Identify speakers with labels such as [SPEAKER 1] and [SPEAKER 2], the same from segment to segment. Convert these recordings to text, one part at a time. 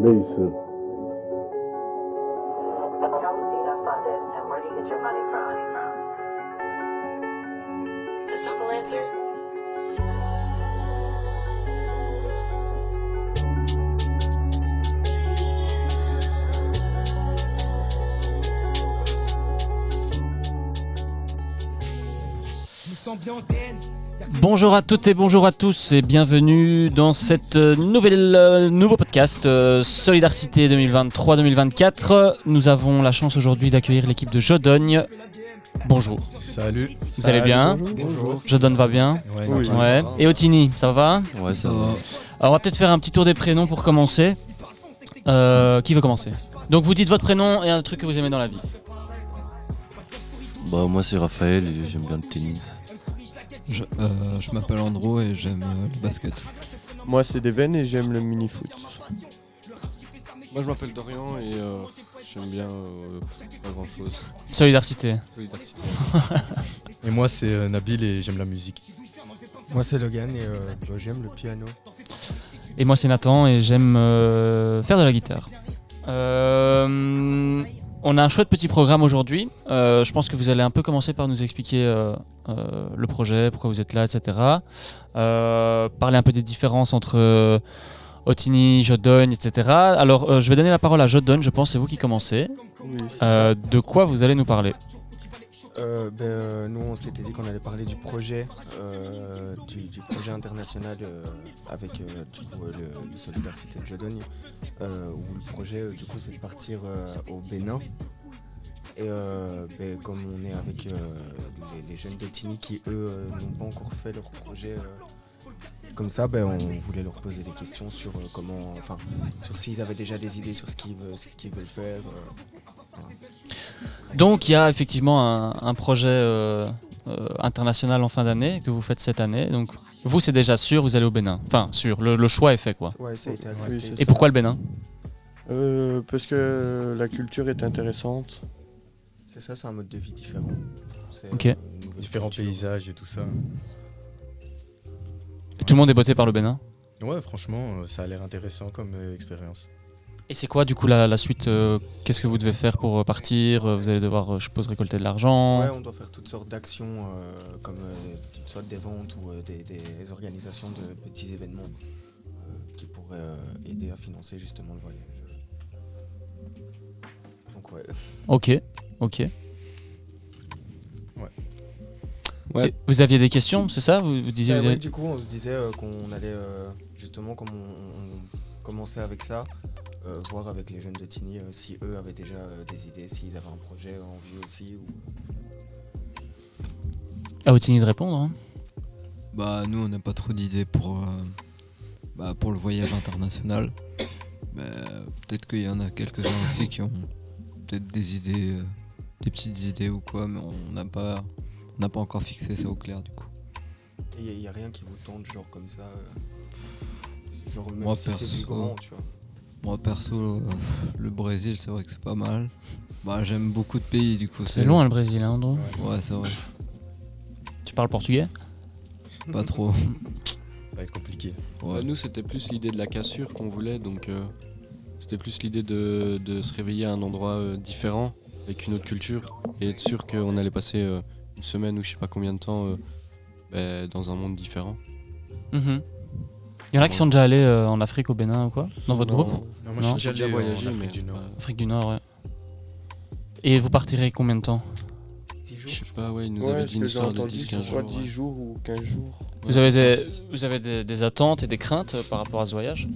[SPEAKER 1] Listen,
[SPEAKER 2] How is CNET funded and where do you get your money from? Money from? The simple answer
[SPEAKER 3] Bonjour à toutes et bonjour à tous et bienvenue dans cette euh, nouvelle euh, nouveau podcast euh, Solidarité 2023-2024. Nous avons la chance aujourd'hui d'accueillir l'équipe de Jodogne. Bonjour.
[SPEAKER 4] Salut.
[SPEAKER 3] Vous allez bien
[SPEAKER 4] Bonjour.
[SPEAKER 3] Jodogne va bien
[SPEAKER 4] Ouais,
[SPEAKER 1] Oui.
[SPEAKER 4] tranquille.
[SPEAKER 3] Ouais. Et Otini, ça va Euh,
[SPEAKER 5] Ouais, ça va.
[SPEAKER 3] Alors, on va peut-être faire un petit tour des prénoms pour commencer. Euh, qui veut commencer Donc vous dites votre prénom et un truc que vous aimez dans la vie.
[SPEAKER 5] Bah, moi, c'est Raphaël et j'aime bien le tennis.
[SPEAKER 6] Je, euh, je m'appelle Andro et j'aime euh, le basket.
[SPEAKER 7] Moi, c'est Deven et j'aime le mini-foot.
[SPEAKER 8] Moi je m'appelle Dorian et euh, j'aime bien euh, pas grand chose.
[SPEAKER 3] Solidarité.
[SPEAKER 8] Solidarité.
[SPEAKER 4] Et moi, c'est euh, Nabil et j'aime la musique.
[SPEAKER 9] Moi c'est Logan et euh, bah, j'aime le piano.
[SPEAKER 3] Et moi, c'est Nathan et j'aime euh, faire de la guitare. Euh, on a un chouette petit programme aujourd'hui. Euh, je pense que vous allez un peu commencer par nous expliquer euh, euh, le projet, pourquoi vous êtes là, etc. Euh, parler un peu des différences entre euh, Otini, Jodogne, etc. Alors, euh, je vais donner la parole à Jodogne, je pense, c'est vous qui commencez.
[SPEAKER 7] Oui, c'est ça.
[SPEAKER 3] Euh, de quoi vous allez nous parler
[SPEAKER 9] Euh, ben, euh, nous on s'était dit qu'on allait parler du projet, euh, du, du projet international euh, avec euh, du coup, euh, le, le Solidarité de Jodogne, euh, où le projet euh, du coup c'est de partir euh, au Bénin. Et euh, ben, comme on est avec euh, les, les jeunes de Tini qui eux euh, n'ont pas encore fait leur projet euh, comme ça, ben, on voulait leur poser des questions sur euh, comment, enfin, sur s'ils avaient déjà des idées sur ce qu'ils veulent, ce qu'ils veulent faire. euh,
[SPEAKER 3] Donc il y a effectivement un, un projet euh, euh, international en fin d'année que vous faites cette année. Donc vous c'est déjà sûr, vous allez au Bénin. Enfin sûr, le, le choix est fait quoi.
[SPEAKER 9] Ouais, ça a été
[SPEAKER 7] Oui,
[SPEAKER 9] accepté.
[SPEAKER 7] c'est
[SPEAKER 3] Et pourquoi le Bénin
[SPEAKER 7] Euh, parce que la culture est intéressante.
[SPEAKER 9] C'est ça, c'est un mode de vie différent. C'est,
[SPEAKER 3] Ok.
[SPEAKER 9] euh, une nouvelle
[SPEAKER 4] Différents
[SPEAKER 9] culture.
[SPEAKER 4] paysages et tout ça.
[SPEAKER 3] Tout le monde est botté par le Bénin.
[SPEAKER 4] Ouais, franchement, euh, ça a l'air intéressant comme euh, expérience.
[SPEAKER 3] Et c'est quoi du coup la, la suite euh, Qu'est-ce que vous devez faire pour euh, partir Euh, Vous allez devoir, euh, je suppose, récolter de l'argent.
[SPEAKER 9] Ouais, on doit faire toutes sortes d'actions, euh, comme euh, soit des ventes ou euh, des, des organisations de petits événements euh, qui pourraient euh, aider à financer justement le voyage. Donc ouais.
[SPEAKER 3] Ok, ok.
[SPEAKER 8] Ouais.
[SPEAKER 3] Et Vous aviez des questions, c'est ça vous, vous disiez.
[SPEAKER 9] Euh, Bah Ouais,
[SPEAKER 3] vous avez-
[SPEAKER 9] ouais, du coup, on se disait euh, qu'on allait euh, justement, comme on, on commençait avec ça, euh, voir avec les jeunes de Tini euh, si eux avaient déjà euh, des idées, s'ils avaient un projet en vue aussi. Ou...
[SPEAKER 3] À Outini de répondre. hein.
[SPEAKER 6] Bah nous on n'a pas trop d'idées pour, euh, bah, pour le voyage international. Mais euh, peut-être qu'il y en a quelques-uns aussi qui ont peut-être des idées, euh, des petites idées ou quoi, mais on n'a pas, on n'a pas encore fixé ça au clair du coup.
[SPEAKER 9] Il n'y a, rien qui vous tente, genre comme ça. euh, Genre, même
[SPEAKER 6] Moi,
[SPEAKER 9] si c'est du
[SPEAKER 6] perso.
[SPEAKER 9] grand, tu vois.
[SPEAKER 6] Moi perso, euh, le Brésil c'est vrai que c'est pas mal. Bah j'aime beaucoup de pays du coup.
[SPEAKER 3] C'est loin le Brésil, hein, Andrew
[SPEAKER 6] Ouais c'est vrai,
[SPEAKER 3] Tu parles portugais
[SPEAKER 6] pas trop.
[SPEAKER 4] Ça va être compliqué.
[SPEAKER 6] Ouais.
[SPEAKER 8] Bah, nous c'était plus l'idée de la cassure qu'on voulait donc euh, c'était plus l'idée de, de se réveiller à un endroit euh, différent avec une autre culture et être sûr qu'on allait passer euh, une semaine ou je sais pas combien de temps euh, bah, dans un monde différent.
[SPEAKER 3] Mhm. Il y en a qui sont déjà allés euh, en Afrique, au Bénin ou quoi Dans votre groupe
[SPEAKER 8] Non,
[SPEAKER 4] Non,
[SPEAKER 3] Non.
[SPEAKER 8] J'ai déjà
[SPEAKER 4] allé en
[SPEAKER 8] voyagé
[SPEAKER 4] Afrique
[SPEAKER 8] mais
[SPEAKER 4] du Nord.
[SPEAKER 8] euh,
[SPEAKER 3] Afrique du Nord, ouais. Et vous partirez combien de temps
[SPEAKER 8] je sais pas ouais il nous
[SPEAKER 7] ouais,
[SPEAKER 8] avait
[SPEAKER 7] ce
[SPEAKER 8] dit une
[SPEAKER 7] que j'ai
[SPEAKER 8] histoire de
[SPEAKER 7] entendu,
[SPEAKER 8] 10
[SPEAKER 7] ce
[SPEAKER 8] 15
[SPEAKER 7] soit
[SPEAKER 8] jours.
[SPEAKER 7] 10 jours ou 15 jours.
[SPEAKER 3] vous, avez des, vous avez des, des attentes et des craintes euh, par rapport à ce voyage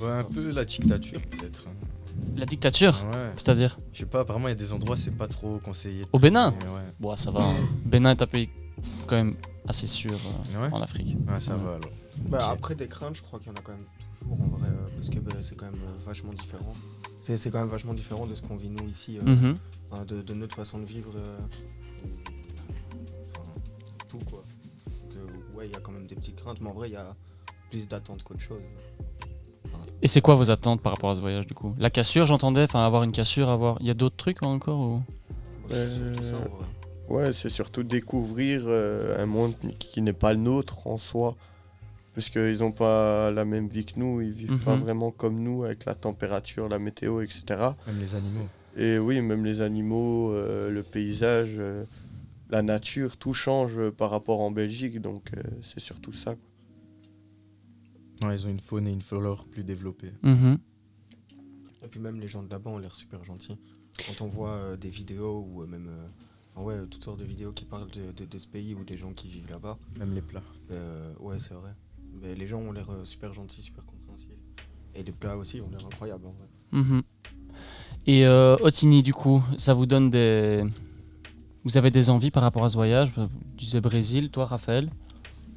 [SPEAKER 4] Ouais, un peu la dictature, peut-être. hein.
[SPEAKER 3] La dictature
[SPEAKER 4] Ouais.
[SPEAKER 3] C'est-à-dire
[SPEAKER 4] Je sais pas, apparemment, il y a des endroits, c'est pas trop conseillé.
[SPEAKER 3] Au Bénin
[SPEAKER 4] Mais ouais.
[SPEAKER 3] Bon, ça va. hein. Bénin est un pays quand même assez sûr euh,
[SPEAKER 4] Ouais.
[SPEAKER 3] en Afrique.
[SPEAKER 4] Ouais, ça
[SPEAKER 3] Ouais.
[SPEAKER 4] va alors.
[SPEAKER 9] Bah,
[SPEAKER 4] Ok.
[SPEAKER 9] après des craintes, je crois qu'il y en a quand même toujours en vrai, euh, parce que bah, c'est quand même euh, vachement différent. C'est c'est quand même vachement différent de ce qu'on vit nous ici, euh,
[SPEAKER 3] Mhm.
[SPEAKER 9] hein, de, de notre façon de vivre. euh, enfin, tout quoi. Donc, euh, ouais, il y a quand même des petites craintes, mais en vrai, il y a plus d'attentes qu'autre chose.
[SPEAKER 3] Et c'est quoi vos attentes par rapport à ce voyage du coup La cassure, j'entendais, enfin avoir une cassure, avoir. Il y a d'autres trucs encore ou...
[SPEAKER 9] Ouais, c'est tout ça, en vrai.
[SPEAKER 7] euh, Ouais, c'est surtout découvrir euh, un monde qui, qui n'est pas le nôtre en soi. parce qu'ils n'ont pas la même vie que nous, ils vivent pas
[SPEAKER 3] Mhm.
[SPEAKER 7] vraiment comme nous avec la température, la météo, etc.
[SPEAKER 1] Même les animaux.
[SPEAKER 7] Et oui, même les animaux, euh, le paysage, euh, la nature, tout change euh, par rapport en Belgique, donc euh, c'est surtout ça. quoi.
[SPEAKER 1] Ouais, ils ont une faune et une flore plus développées.
[SPEAKER 3] Mhm.
[SPEAKER 9] Et puis même les gens de là-bas ont l'air super gentils. Quand on voit euh, des vidéos ou euh, même euh, enfin, ouais, toutes sortes de vidéos qui parlent de, de- de ce pays ou des gens qui vivent là-bas,
[SPEAKER 1] Même les plats.
[SPEAKER 9] euh, ouais c'est vrai. Mais les gens ont l'air euh, super gentils, super compréhensifs. Et les plats aussi ont l'air incroyables. en vrai.
[SPEAKER 3] Mhm. Et euh, Otini, du coup, ça vous donne des. Vous avez des envies par rapport à ce voyage Vous disiez Brésil, toi, Raphaël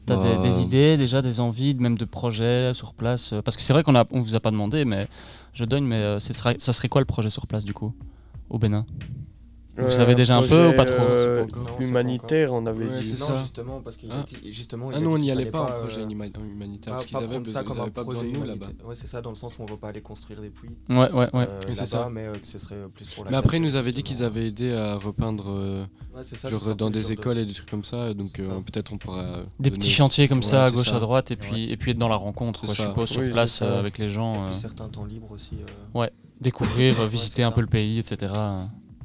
[SPEAKER 3] T'as des-
[SPEAKER 5] Bah,
[SPEAKER 3] des, idées, déjà des envies, même de projets sur place euh, Parce que c'est vrai qu'on a, on vous a pas demandé, mais je donne, mais euh, ce sera- ça serait quoi le projet sur place, du coup, au Bénin Vous
[SPEAKER 7] Euh,
[SPEAKER 3] savez déjà un peu
[SPEAKER 7] projet,
[SPEAKER 3] ou pas trop
[SPEAKER 7] euh,
[SPEAKER 8] Non, c'est pas encore.
[SPEAKER 9] Non, c'est pas
[SPEAKER 7] Humanitaire, on avait
[SPEAKER 8] Ouais,
[SPEAKER 7] dit.
[SPEAKER 8] c'est
[SPEAKER 9] Non,
[SPEAKER 8] ça.
[SPEAKER 9] justement, parce qu'il a
[SPEAKER 8] Ah.
[SPEAKER 9] dit- justement, il
[SPEAKER 8] Ah
[SPEAKER 9] a
[SPEAKER 8] non,
[SPEAKER 9] dit
[SPEAKER 8] on n'y
[SPEAKER 9] qu'il
[SPEAKER 8] allait
[SPEAKER 9] fallait
[SPEAKER 8] pas en
[SPEAKER 9] euh,
[SPEAKER 8] projet huma- humanitaire.
[SPEAKER 9] pas,
[SPEAKER 8] Parce qu'ils
[SPEAKER 9] pas
[SPEAKER 8] avaient
[SPEAKER 9] prendre
[SPEAKER 8] besoin-
[SPEAKER 9] ça
[SPEAKER 8] ils
[SPEAKER 9] comme un
[SPEAKER 8] avaient pas besoin
[SPEAKER 9] projet
[SPEAKER 8] de nous là-bas.
[SPEAKER 9] humanitaire. Ouais, c'est ça, dans le sens où on va pas aller construire des puits
[SPEAKER 3] Ouais, ouais, ouais.
[SPEAKER 9] euh,
[SPEAKER 8] Oui, c'est
[SPEAKER 9] là-bas,
[SPEAKER 8] ça.
[SPEAKER 9] mais euh, que ce serait plus pour la
[SPEAKER 8] Mais après, ils
[SPEAKER 9] cassure,
[SPEAKER 8] nous avaient dit qu'ils
[SPEAKER 9] justement.
[SPEAKER 8] avaient aidé à repeindre euh,
[SPEAKER 9] Ouais, c'est ça, ce
[SPEAKER 8] genre,
[SPEAKER 9] sera
[SPEAKER 8] dans
[SPEAKER 9] plus
[SPEAKER 8] des
[SPEAKER 9] genre de-
[SPEAKER 8] écoles et des trucs comme ça. Donc
[SPEAKER 9] C'est
[SPEAKER 8] euh,
[SPEAKER 9] ça.
[SPEAKER 8] peut-être on pourra. euh,
[SPEAKER 3] Des
[SPEAKER 8] donner-
[SPEAKER 3] petits chantiers comme
[SPEAKER 8] Ouais,
[SPEAKER 3] ça, à
[SPEAKER 8] c'est
[SPEAKER 3] gauche,
[SPEAKER 8] ça.
[SPEAKER 3] à droite, et puis, et puis être dans la rencontre,
[SPEAKER 8] C'est
[SPEAKER 3] je
[SPEAKER 8] ça.
[SPEAKER 3] suppose, sur
[SPEAKER 7] Oui, c'est
[SPEAKER 3] place
[SPEAKER 7] ça.
[SPEAKER 3] euh, avec les
[SPEAKER 9] Et
[SPEAKER 3] gens,
[SPEAKER 9] puis
[SPEAKER 3] euh,
[SPEAKER 9] certains temps libres aussi. euh,
[SPEAKER 3] découvrir, euh,
[SPEAKER 9] Ouais,
[SPEAKER 3] visiter
[SPEAKER 9] c'est
[SPEAKER 3] un
[SPEAKER 9] ça.
[SPEAKER 3] peu le pays, etc.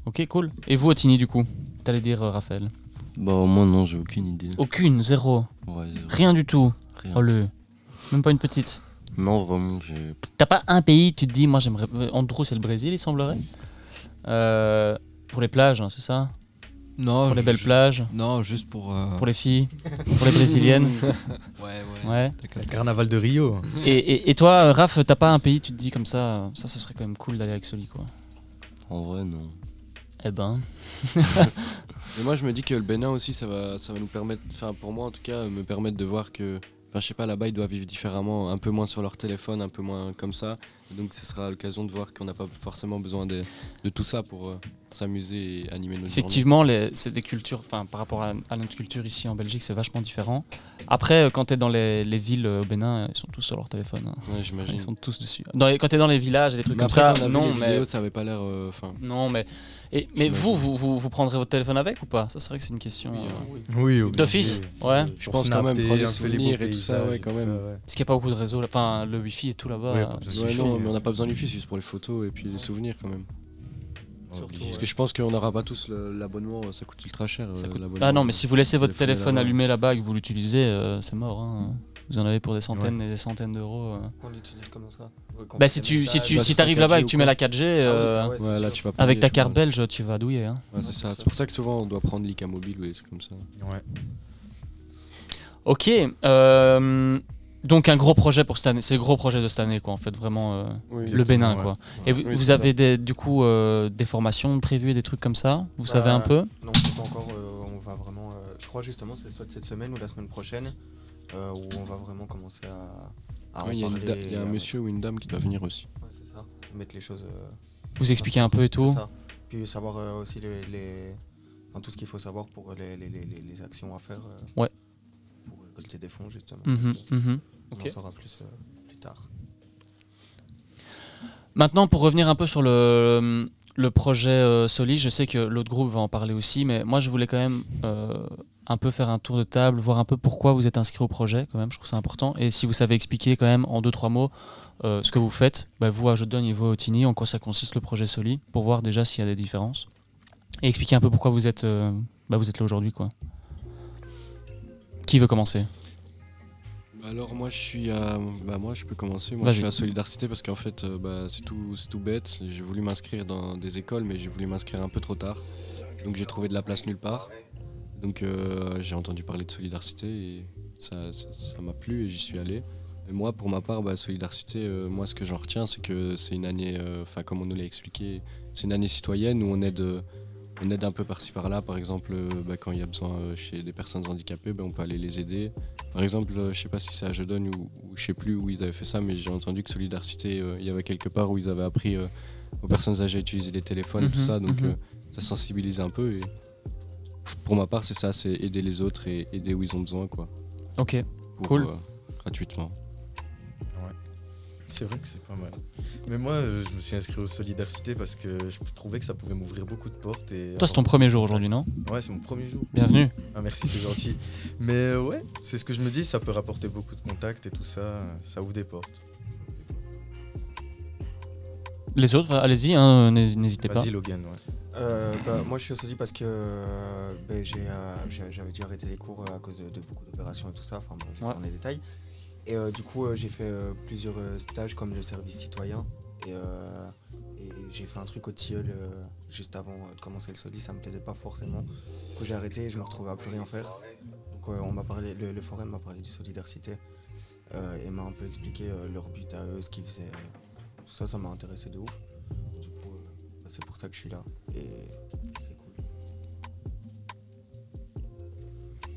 [SPEAKER 3] Ok, cool. Et vous, Otini, du coup T'allais dire, euh, Raphaël
[SPEAKER 5] Bah, au moins, non, j'ai aucune idée.
[SPEAKER 3] Aucune, zéro.
[SPEAKER 5] Mm. Ouais, zéro.
[SPEAKER 3] Rien du tout.
[SPEAKER 5] Rien.
[SPEAKER 3] Oh le. Même pas une petite.
[SPEAKER 5] Non, vraiment, j'ai.
[SPEAKER 3] T'as pas un pays, tu te dis, moi j'aimerais. En trop, c'est le Brésil, il semblerait. Euh, pour les plages, hein, c'est ça
[SPEAKER 6] Non,
[SPEAKER 3] Pour les
[SPEAKER 6] je-
[SPEAKER 3] belles plages,
[SPEAKER 6] Non, juste pour. euh,
[SPEAKER 3] pour les filles, pour les brésiliennes.
[SPEAKER 6] Ouais, ouais.
[SPEAKER 3] Ouais.
[SPEAKER 1] Le carnaval de Rio.
[SPEAKER 3] Et, et, et toi, euh, Raph, t'as pas un pays, tu te dis comme ça, euh, ça, ce serait quand même cool d'aller avec Soli, quoi.
[SPEAKER 5] En vrai, non.
[SPEAKER 3] Eh ben.
[SPEAKER 8] Et moi, je me dis que le Bénin aussi, ça va, ça va nous permettre, enfin pour moi en tout cas, me permettre de voir que, enfin je sais pas, là-bas ils doivent vivre différemment, un peu moins sur leur téléphone, un peu moins comme ça. Donc ce sera l'occasion de voir qu'on n'a pas forcément besoin de, de tout ça pour euh, s'amuser et animer nos
[SPEAKER 3] Effectivement, les- c'est des cultures, enfin par rapport à, à notre culture ici en Belgique, c'est vachement différent. Après, euh, quand t'es dans les, les villes euh, au Bénin, euh, ils sont tous sur leur téléphone. hein.
[SPEAKER 8] journées. Ouais, j'imagine.
[SPEAKER 3] Ils sont tous dessus. Dans les- quand t'es dans les villages et des trucs
[SPEAKER 8] Mais
[SPEAKER 3] comme
[SPEAKER 8] après,
[SPEAKER 3] ça,
[SPEAKER 8] quand on a vu
[SPEAKER 3] non,
[SPEAKER 8] les
[SPEAKER 3] mais
[SPEAKER 8] vidéos, ça avait pas l'air, euh, enfin.
[SPEAKER 3] Non, mais. Et, mais vous, vous, vous, vous prendrez votre téléphone avec ou pas Ça, c'est vrai que c'est une question.
[SPEAKER 8] Oui,
[SPEAKER 3] euh,
[SPEAKER 8] hein.
[SPEAKER 1] Oui, obligé.
[SPEAKER 3] D'office Ouais.
[SPEAKER 8] Je pense quand même, prendre des souvenirs et tout ça, ouais, quand même.
[SPEAKER 3] Parce qu'il n'y a pas beaucoup de réseaux. là. Enfin, le wifi et tout là-bas.
[SPEAKER 1] Ouais,
[SPEAKER 3] euh,
[SPEAKER 1] pas besoin.
[SPEAKER 8] Ouais, hein.
[SPEAKER 1] C'est
[SPEAKER 8] non,
[SPEAKER 1] chaud.
[SPEAKER 8] mais on n'a pas besoin du fils juste pour les photos et puis les souvenirs quand même.
[SPEAKER 9] Surtout,
[SPEAKER 8] Parce que je pense qu'on n'aura pas tous le- l'abonnement, ça coûte ultra cher.
[SPEAKER 3] ça
[SPEAKER 8] euh,
[SPEAKER 3] coûte-
[SPEAKER 8] l'abonnement.
[SPEAKER 3] Ah non, mais si vous laissez votre
[SPEAKER 8] Téléphone
[SPEAKER 3] téléphone
[SPEAKER 8] là-bas.
[SPEAKER 3] allumé là-bas et que vous l'utilisez, euh, c'est mort. hein. Vous en avez pour des centaines et des centaines d'euros. euh.
[SPEAKER 9] On l'utilise comment ça Ouais, quand
[SPEAKER 3] Bah,
[SPEAKER 9] on
[SPEAKER 3] si
[SPEAKER 9] fait
[SPEAKER 3] tu,
[SPEAKER 9] des
[SPEAKER 3] si tu
[SPEAKER 9] messages,
[SPEAKER 3] si
[SPEAKER 8] sur
[SPEAKER 3] t'arrives
[SPEAKER 8] 4G
[SPEAKER 3] là-bas et
[SPEAKER 8] ou
[SPEAKER 3] que tu
[SPEAKER 8] quoi
[SPEAKER 3] mets la 4G, euh,
[SPEAKER 9] ouais, c'est
[SPEAKER 8] Ouais, là,
[SPEAKER 9] sûr.
[SPEAKER 8] tu vas
[SPEAKER 3] avec ta
[SPEAKER 8] payer,
[SPEAKER 3] carte
[SPEAKER 8] ouais.
[SPEAKER 3] belge, tu vas douiller. hein.
[SPEAKER 8] Ouais, c'est ça. C'est pour ça que souvent on doit prendre l'ICA mobile ou des trucs comme ça.
[SPEAKER 1] Ouais.
[SPEAKER 3] Ok. euh, Donc, un gros projet pour cette année. C'est le gros projet de cette année, quoi, en fait, vraiment. euh,
[SPEAKER 7] Oui.
[SPEAKER 3] Le Bénin,
[SPEAKER 1] ouais.
[SPEAKER 3] quoi. Et vous,
[SPEAKER 7] Oui,
[SPEAKER 3] vous
[SPEAKER 7] c'est
[SPEAKER 3] avez des, du coup euh, des formations prévues, des trucs comme ça Vous
[SPEAKER 9] Bah,
[SPEAKER 3] savez un peu
[SPEAKER 9] Non, c'est pas encore. euh, on va vraiment. euh, je crois justement, c'est soit cette semaine ou la semaine prochaine, euh, où on va vraiment commencer à. à en
[SPEAKER 8] Ouais, Il y a une
[SPEAKER 9] parler
[SPEAKER 8] da- il y
[SPEAKER 9] et
[SPEAKER 8] a
[SPEAKER 9] à
[SPEAKER 8] un
[SPEAKER 9] mettre-
[SPEAKER 8] monsieur ou une dame qui doit venir aussi.
[SPEAKER 9] Ouais, c'est ça. Mettre les choses. euh,
[SPEAKER 3] Vous expliquez un peu et
[SPEAKER 9] c'est
[SPEAKER 3] tout
[SPEAKER 9] ça. Puis savoir euh, aussi les. les- enfin, tout ce qu'il faut savoir pour les, les, les, les- les actions à faire. euh,
[SPEAKER 3] Ouais.
[SPEAKER 9] Pour récolter des fonds, justement.
[SPEAKER 3] Mhm, mhm.
[SPEAKER 9] On
[SPEAKER 3] ok.
[SPEAKER 9] en saura plus euh, plus tard.
[SPEAKER 3] Maintenant, pour revenir un peu sur le, le projet euh, Soli, je sais que l'autre groupe va en parler aussi, mais moi je voulais quand même euh, un peu faire un tour de table, voir un peu pourquoi vous êtes inscrit au projet, quand même, je trouve ça important. Et si vous savez expliquer quand même en deux, trois mots euh, ce que vous faites, bah, vous à Je Donne et vous à Otini, en quoi ça consiste le projet Soli, pour voir déjà s'il y a des différences. Et expliquer un peu pourquoi vous êtes, euh, bah, vous êtes là aujourd'hui. quoi. Qui veut commencer
[SPEAKER 8] Bah Alors moi je suis à... Bah moi je peux commencer. Moi
[SPEAKER 3] Vas-y.
[SPEAKER 8] je suis à Solidarité parce qu'en fait euh, bah, c'est tout, c'est tout bête. J'ai voulu m'inscrire dans des écoles mais j'ai voulu m'inscrire un peu trop tard. Donc j'ai trouvé de la place nulle part. Donc euh, j'ai entendu parler de Solidarité et ça ça- ça m'a plu et j'y suis allé. Et moi pour ma part, bah, Solidarité, euh, moi ce que j'en retiens c'est que c'est une année, euh, enfin comme on nous l'a expliqué, c'est une année citoyenne où on aide... euh, on aide un peu par-ci par-là, par exemple, euh, bah, quand il y a besoin euh, chez des personnes handicapées, bah, on peut aller les aider. Par exemple, euh, je sais pas si c'est à Jeudonne ou, ou je sais plus où ils avaient fait ça, mais j'ai entendu que Solidarité, euh, il y avait quelque part où ils avaient appris euh, aux personnes âgées à utiliser les téléphones, tout
[SPEAKER 3] Mhm,
[SPEAKER 8] ça, donc
[SPEAKER 3] mhm.
[SPEAKER 8] euh, ça sensibilise un peu. Et pour ma part, c'est ça, c'est aider les autres et aider où ils ont besoin, quoi.
[SPEAKER 3] Ok.
[SPEAKER 8] pour,
[SPEAKER 3] Cool.
[SPEAKER 8] euh, gratuitement.
[SPEAKER 1] C'est vrai que c'est pas mal. Mais moi, euh, je me suis inscrit aux Solidarité parce que je trouvais que ça pouvait m'ouvrir beaucoup de portes. Et
[SPEAKER 3] Toi, c'est ton premier jour aujourd'hui, non
[SPEAKER 1] Ouais, c'est mon premier jour.
[SPEAKER 3] Bienvenue.
[SPEAKER 1] Ah, merci, c'est gentil. Mais euh, ouais, c'est ce que je me dis, ça peut rapporter beaucoup de contacts et tout ça. Ça ouvre des portes.
[SPEAKER 3] Les autres, allez-y, hein, n'hés- n'hésitez pas.
[SPEAKER 1] Vas-y, Logan, ouais.
[SPEAKER 9] Euh, bah, moi, je suis au Soli parce que euh, ben, j'ai, euh, j'ai- j'avais dû arrêter les cours euh, à cause de, de beaucoup d'opérations et tout ça. Enfin, bon, je vais
[SPEAKER 3] Ouais.
[SPEAKER 9] pas dans les détails. Et euh, du coup, euh, j'ai fait euh, plusieurs euh, stages comme le service citoyen. Et, euh, et j'ai fait un truc au Tilleul euh, juste avant euh, de commencer le Soli. Ça me plaisait pas forcément. Du coup, j'ai arrêté et je me retrouvais à plus rien faire. Donc, euh, on m'a parlé, le, le forum m'a parlé du Solidarité euh, et m'a un peu expliqué euh, leur but à eux, ce qu'ils faisaient. Tout ça, ça m'a intéressé de ouf. Du coup, euh, bah, c'est pour ça que je suis là. Et c'est cool.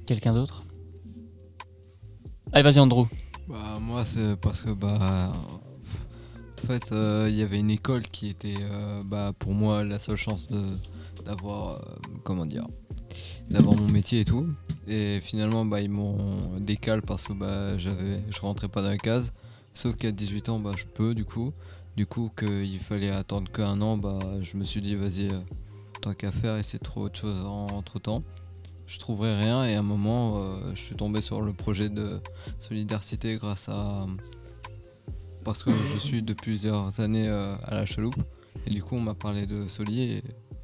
[SPEAKER 3] Quelqu'un d'autre Allez, vas-y, Andrew.
[SPEAKER 6] Bah moi c'est parce que bah en fait euh, il y avait une école qui était euh, bah pour moi la seule chance de d'avoir euh, comment dire d'avoir mon métier et tout et finalement bah ils m'ont décalé parce que bah j'avais je rentrais pas dans la case sauf qu'à 18 ans bah je peux du coup du coup qu'il fallait attendre qu'un an bah je me suis dit vas-y euh, tant qu'à faire et c'est trop autre chose entre temps je trouverai rien et à un moment euh, je suis tombé sur le projet de solidarité grâce à. Parce que je suis depuis plusieurs années euh, à la chaloupe. Et du coup, on m'a parlé de Solier et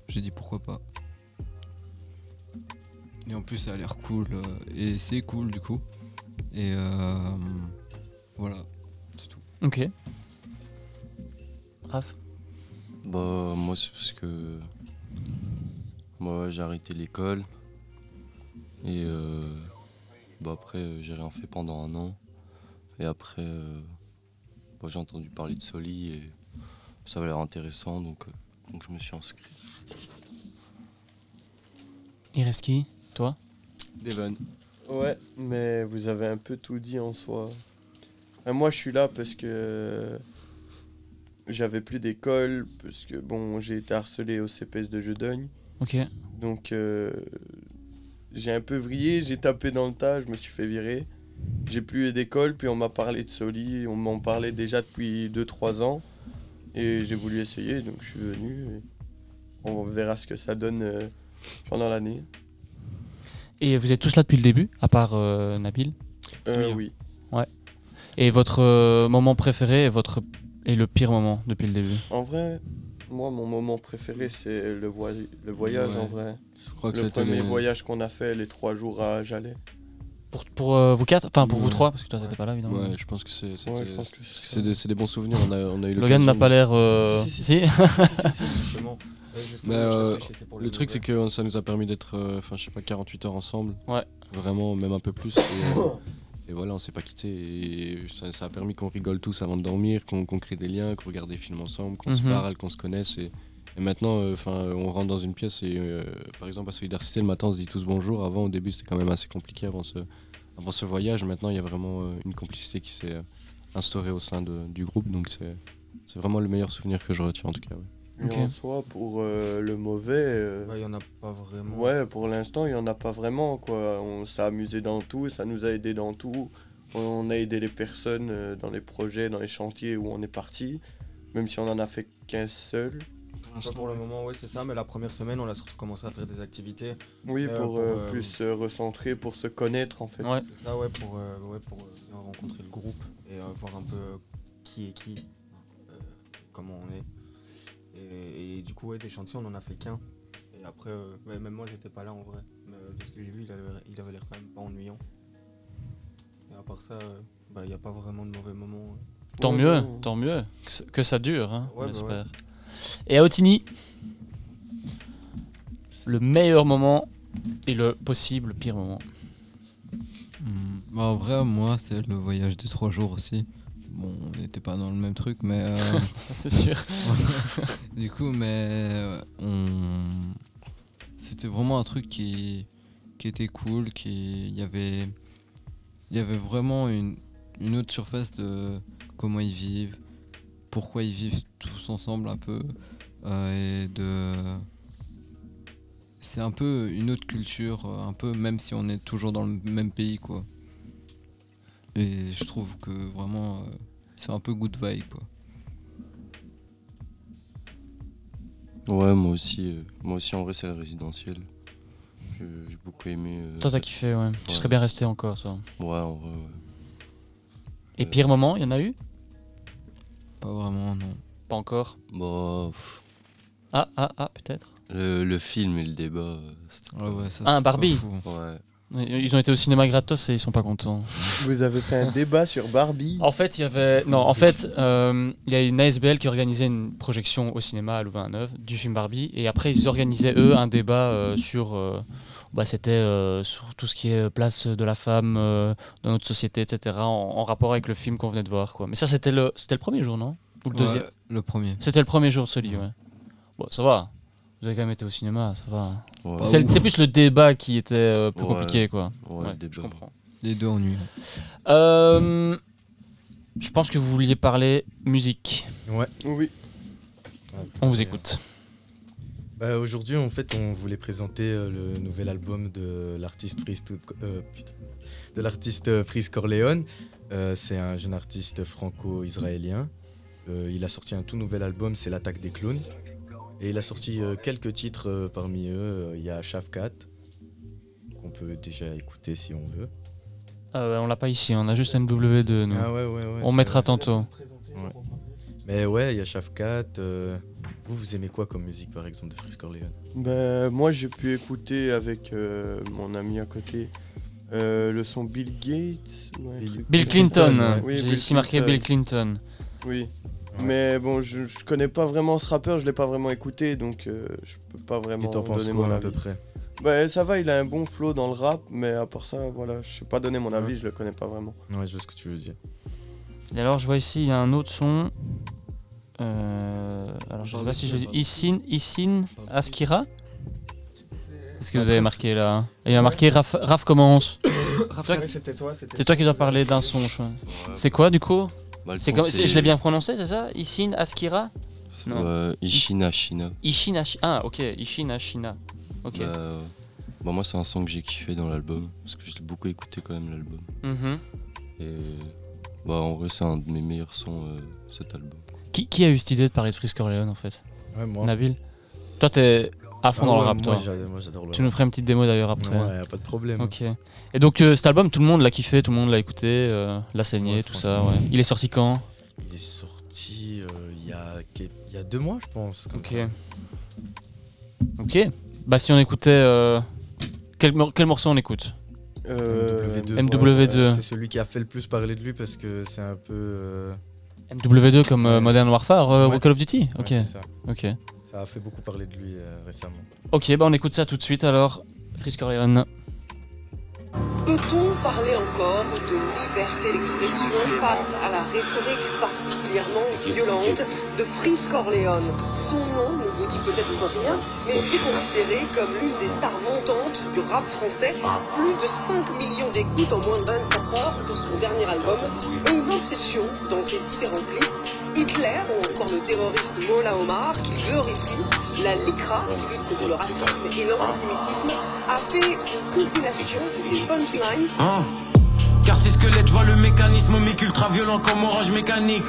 [SPEAKER 6] j'ai dit pourquoi pas. Et en plus, ça a l'air cool. euh, et c'est cool du coup. Et euh, voilà, c'est tout.
[SPEAKER 3] Ok. Raph
[SPEAKER 5] Bah, moi, c'est parce que. Moi, ouais, j'ai arrêté l'école. Et. euh, Bah, après, euh, j'ai rien fait pendant un an. Et après. euh, bah, j'ai entendu parler de Soli et. Ça avait l'air intéressant, donc, euh, donc je me suis inscrit.
[SPEAKER 3] Ireski Toi
[SPEAKER 8] Devon.
[SPEAKER 7] Ouais, mais vous avez un peu tout dit en soi. Enfin, moi, je suis là parce que j'avais plus d'école, parce que bon, j'ai été harcelé au CPS de Jeudogne.
[SPEAKER 3] Ok.
[SPEAKER 7] Donc, euh, j'ai un peu vrillé, j'ai tapé dans le tas, je me suis fait virer. J'ai plus eu d'école, puis on m'a parlé de Soli, on m'en parlait déjà depuis 2-3 ans. Et j'ai voulu essayer, donc je suis venu. et on verra ce que ça donne euh, pendant l'année.
[SPEAKER 3] Et vous êtes tous là depuis le début, à part euh, Nabil
[SPEAKER 7] Euh,
[SPEAKER 8] Oui.
[SPEAKER 7] oui.
[SPEAKER 3] Et votre euh, moment préféré et, votre... et le pire moment depuis le début
[SPEAKER 7] En vrai, moi, mon moment préféré, c'est le, voi- le voyage,
[SPEAKER 8] Ouais.
[SPEAKER 7] en vrai.
[SPEAKER 8] Je crois que
[SPEAKER 7] Le
[SPEAKER 8] c'était
[SPEAKER 7] premier
[SPEAKER 8] le-
[SPEAKER 7] voyage qu'on a fait, les trois jours à Jalais.
[SPEAKER 3] Pour, pour euh, vous quatre Enfin, pour vous
[SPEAKER 8] Ouais.
[SPEAKER 3] trois, parce que toi, t'étais pas là, évidemment.
[SPEAKER 8] Ouais, je pense que c'est. c'était-
[SPEAKER 7] Ouais, je pense que
[SPEAKER 8] parce
[SPEAKER 7] c'est
[SPEAKER 8] que
[SPEAKER 7] ça.
[SPEAKER 8] c'est des, c'est des bons souvenirs. On a, on a eu
[SPEAKER 3] Logan n'a
[SPEAKER 8] l'occasion.
[SPEAKER 3] pas l'air. euh,
[SPEAKER 9] Si, si, si, si, justement. Euh, justement,
[SPEAKER 8] Mais,
[SPEAKER 9] je
[SPEAKER 8] euh,
[SPEAKER 9] réfléchissais pour
[SPEAKER 8] Le truc, c'est
[SPEAKER 9] nouvel.
[SPEAKER 8] que ça nous a permis d'être, euh, enfin, je sais pas, 48 heures ensemble.
[SPEAKER 3] Ouais.
[SPEAKER 8] Vraiment, même un peu plus. Et, euh, et voilà, on s'est pas quittés. Et ça, ça a permis qu'on rigole tous avant de dormir, qu'on qu'on crée des liens, qu'on regarde des films ensemble, qu'on se
[SPEAKER 3] Mhm.
[SPEAKER 8] parle, qu'on se connaisse. Et, et maintenant, euh, enfin, on rentre dans une pièce et, euh, par exemple, à Solidarité, le matin, on se dit tous bonjour. Avant, au début, c'était quand même assez compliqué avant ce, avant ce voyage. Maintenant, il y a vraiment euh, une complicité qui s'est euh, instaurée au sein de- du groupe. Donc, c'est c'est vraiment le meilleur souvenir que je retiens en tout cas. ouais.
[SPEAKER 7] Et
[SPEAKER 3] Ok.
[SPEAKER 7] en soi, pour euh, le mauvais, euh,
[SPEAKER 9] Ouais, Bah, il y en a pas vraiment.
[SPEAKER 7] ouais, pour l'instant, il n'y en a pas vraiment, quoi. On s'est amusé dans tout, ça nous a aidé dans tout. On a aidé les personnes euh, dans les projets, dans les chantiers où on est parti, même si on en a fait qu'un seul.
[SPEAKER 9] Pas pour le moment, ouais, c'est ça. Mais la première semaine, on a surtout commencé à faire des activités.
[SPEAKER 7] Oui,
[SPEAKER 9] Euh,
[SPEAKER 7] pour,
[SPEAKER 9] pour,
[SPEAKER 7] euh,
[SPEAKER 9] euh,
[SPEAKER 7] plus se recentrer, pour se connaître, en fait.
[SPEAKER 3] Ouais.
[SPEAKER 9] C'est ça, ouais, pour, euh, ouais, pour euh, bien rencontrer le groupe et euh, voir un peu euh, qui est qui, euh, comment on est. Et, et du coup, ouais, des chantiers, on en a fait qu'un. Et après, euh, ouais, même moi, j'étais pas là en vrai. Mais euh, de ce que j'ai vu, il avait, il avait l'air quand même pas ennuyant. Et à part ça, euh, bah, il n'y a pas vraiment de mauvais moments. hein.
[SPEAKER 3] Tant
[SPEAKER 7] Ouais,
[SPEAKER 3] mieux,
[SPEAKER 7] non.
[SPEAKER 3] tant mieux. Que, ça- que ça dure, hein,
[SPEAKER 9] Ouais, bah
[SPEAKER 3] j'espère. Et à Otini Le meilleur moment et le possible pire moment.
[SPEAKER 6] Hmm, bah, en vrai, moi, c'est le voyage de trois jours aussi. Bon, on n'était pas dans le même truc, mais. euh,
[SPEAKER 3] C'est sûr.
[SPEAKER 6] du coup, mais euh, on... c'était vraiment un truc qui, qui était cool, qui il y avait, il y avait vraiment une, une autre surface de comment ils vivent, pourquoi ils vivent tous ensemble un peu, euh, et de, c'est un peu une autre culture, euh, un peu même si on est toujours dans le même pays quoi. Et je trouve que vraiment euh, C'est un peu good vibe, quoi.
[SPEAKER 5] Ouais, moi aussi. euh, moi aussi, en vrai, c'est le résidentiel. J'ai j'ai beaucoup aimé. euh,
[SPEAKER 3] Toi, t'as kiffé, ouais. Tu
[SPEAKER 5] Ouais.
[SPEAKER 3] serais bien resté encore, toi.
[SPEAKER 5] Ouais, en vrai, ouais.
[SPEAKER 3] Et
[SPEAKER 5] Euh.
[SPEAKER 3] pire moment, il y en a eu
[SPEAKER 6] Pas vraiment, non.
[SPEAKER 3] Pas encore.
[SPEAKER 5] Bah, pff,
[SPEAKER 3] Ah, ah, ah, peut-être.
[SPEAKER 5] le, le film et le débat, euh, c'était
[SPEAKER 6] Ouais, ouais, ça,
[SPEAKER 3] Ah, un
[SPEAKER 6] c'est pas
[SPEAKER 3] Barbie.
[SPEAKER 6] fou.
[SPEAKER 5] Ouais.
[SPEAKER 3] Ils ont été au cinéma gratos et ils sont pas contents.
[SPEAKER 7] Vous avez fait un débat sur Barbie.
[SPEAKER 3] En fait, il y avait. Non, en fait, euh, il y a une ASBL qui organisait une projection au cinéma à Louvain-la-Neuve du film Barbie. Et après, ils organisaient, eux, un débat euh, sur. euh, bah, C'était euh, sur tout ce qui est place de la femme euh, dans notre société, etc. En, en rapport avec le film qu'on venait de voir. Quoi. Mais ça, c'était le, c'était le premier jour, non Ou le
[SPEAKER 6] Ouais,
[SPEAKER 3] deuxième
[SPEAKER 6] Le premier.
[SPEAKER 3] C'était le premier jour de ce livre, ouais. Bon, ça va. Vous avez quand même été au cinéma, ça va.
[SPEAKER 5] Ouais,
[SPEAKER 3] C'est
[SPEAKER 5] ouais,
[SPEAKER 3] c'est plus le débat qui était euh, plus
[SPEAKER 5] Ouais.
[SPEAKER 3] compliqué, quoi.
[SPEAKER 5] le
[SPEAKER 3] Ouais,
[SPEAKER 5] débat.
[SPEAKER 3] je comprends.
[SPEAKER 6] Les deux ennuis.
[SPEAKER 3] Euh, je pense que vous vouliez parler musique.
[SPEAKER 7] Oui.
[SPEAKER 3] On vous écoute.
[SPEAKER 1] Bah, Aujourd'hui, en fait, on voulait présenter euh, le nouvel album de l'artiste Freeze, to- euh, putain, de l'artiste euh, Freeze Corleone. Euh, c'est un jeune artiste franco-israélien. Euh, il a sorti un tout nouvel album, c'est L'attaque des clowns. Et il a sorti euh, quelques titres euh, parmi eux. Euh, Il y a Shafkat, qu'on peut déjà écouter si on veut.
[SPEAKER 3] Euh, on l'a pas ici, on a juste MW2. Nous.
[SPEAKER 1] Ah ouais, ouais, ouais.
[SPEAKER 3] on mettra tantôt.
[SPEAKER 1] Mais ouais, il y a Shafkat. euh, Vous, vous aimez quoi comme musique, par exemple, de Freeze Corleone
[SPEAKER 7] Ben, moi, j'ai pu écouter avec euh, mon ami à côté euh, le son Bill Gates. ou un
[SPEAKER 1] Bill-
[SPEAKER 7] truc
[SPEAKER 3] Bill
[SPEAKER 7] comme
[SPEAKER 3] Clinton.
[SPEAKER 7] ça. Oui,
[SPEAKER 3] J'ai
[SPEAKER 7] Bill
[SPEAKER 3] ici marqué
[SPEAKER 7] Clinton.
[SPEAKER 3] Bill Clinton.
[SPEAKER 7] Oui. Mais bon, je, je connais pas vraiment ce rappeur, je l'ai pas vraiment écouté, donc euh, je peux pas
[SPEAKER 1] Et
[SPEAKER 7] vraiment
[SPEAKER 1] t'en penses
[SPEAKER 7] donner
[SPEAKER 1] quoi
[SPEAKER 7] mon
[SPEAKER 1] à peu
[SPEAKER 7] avis.
[SPEAKER 1] près
[SPEAKER 7] Bah, ça va, il a un bon flow dans le rap, mais à part ça, voilà, je sais pas donner mon avis, je le connais pas vraiment.
[SPEAKER 1] Ouais, je vois ce que tu veux dire.
[SPEAKER 3] Et alors, je vois ici, il y a un autre son. Euh, alors, je sais pas si je dis Isin, Isin, Askira. Est-ce que vous avez marqué là hein Et Il y a marqué Raf, Raf commence. Toi-
[SPEAKER 9] c'était toi, c'était
[SPEAKER 3] C'est toi qui dois parler d'un son, je crois.
[SPEAKER 8] Euh,
[SPEAKER 5] Ouais,
[SPEAKER 3] C'est quoi du coup
[SPEAKER 5] bah, le
[SPEAKER 3] C'est
[SPEAKER 5] son,
[SPEAKER 3] comme- c'est- Je l'ai bien prononcé, c'est ça Isin, Askira
[SPEAKER 5] c'est-
[SPEAKER 3] Non.
[SPEAKER 5] ouais, Ishina Shina.
[SPEAKER 3] Ishin, Ash- Ah, ok, Ishin, Ashina. Ok.
[SPEAKER 5] Bah, euh, bah, moi, c'est un son que j'ai kiffé dans l'album. Parce que je l'ai beaucoup écouté quand même, l'album.
[SPEAKER 3] Mhm.
[SPEAKER 5] Et. Bah, en vrai, c'est un de mes meilleurs sons, euh, cet album.
[SPEAKER 3] Qui, qui a eu cette idée de parler de Freeze Corleone en fait
[SPEAKER 1] Ouais, moi.
[SPEAKER 3] Nabil Toi t'es à fond
[SPEAKER 1] Ah
[SPEAKER 3] dans le
[SPEAKER 1] ouais, moi,
[SPEAKER 3] rap toi.
[SPEAKER 1] j'a- Moi j'adore le
[SPEAKER 3] Tu nous ferais une petite démo d'ailleurs
[SPEAKER 1] rap.
[SPEAKER 3] après.
[SPEAKER 1] Ouais, y a pas de problème.
[SPEAKER 3] Ok. Et donc euh, cet album, tout le monde l'a kiffé, tout le monde l'a écouté, euh, l'a saigné,
[SPEAKER 1] Ouais,
[SPEAKER 3] tout ça. Ouais. Il est sorti quand
[SPEAKER 1] Il est sorti euh, il y, a... quel- il y a deux mois, je pense. comme
[SPEAKER 3] Ok.
[SPEAKER 1] ça.
[SPEAKER 3] Ok. Bah si on écoutait. euh, Quel, mor- quel morceau on écoute
[SPEAKER 7] Euh,
[SPEAKER 1] MW2.
[SPEAKER 3] MW2.
[SPEAKER 1] C'est celui qui a fait le plus parler de lui parce que c'est un peu. euh,
[SPEAKER 3] MW2 comme euh,
[SPEAKER 1] Ouais.
[SPEAKER 3] Modern Warfare, euh,
[SPEAKER 1] Ouais.
[SPEAKER 3] Call of Duty
[SPEAKER 1] ouais,
[SPEAKER 3] Ok.
[SPEAKER 1] c'est ça.
[SPEAKER 3] ok.
[SPEAKER 1] ça a fait beaucoup parler de lui euh, récemment.
[SPEAKER 3] Ok, bah on écoute ça tout de suite alors. Freeze Corleone.
[SPEAKER 10] Peut-on parler encore de liberté d'expression face à la rhétorique particulièrement violente de Fritz Corleone Son nom ne vous dit peut-être rien, mais il est considéré comme l'une des stars montantes du rap français. Plus de 5 millions d'écoutes en moins de 24 heures pour son dernier album et une obsession dans ses différents clips. Hitler ou encore le terroriste Mola Omar qui glorifie la LICRA qui lutte contre le racisme et l'antisémitisme a fait une compilation des punchlines
[SPEAKER 11] Hein Car c'est squelette, je vois le mécanisme, mec ultra violent comme orage mécanique.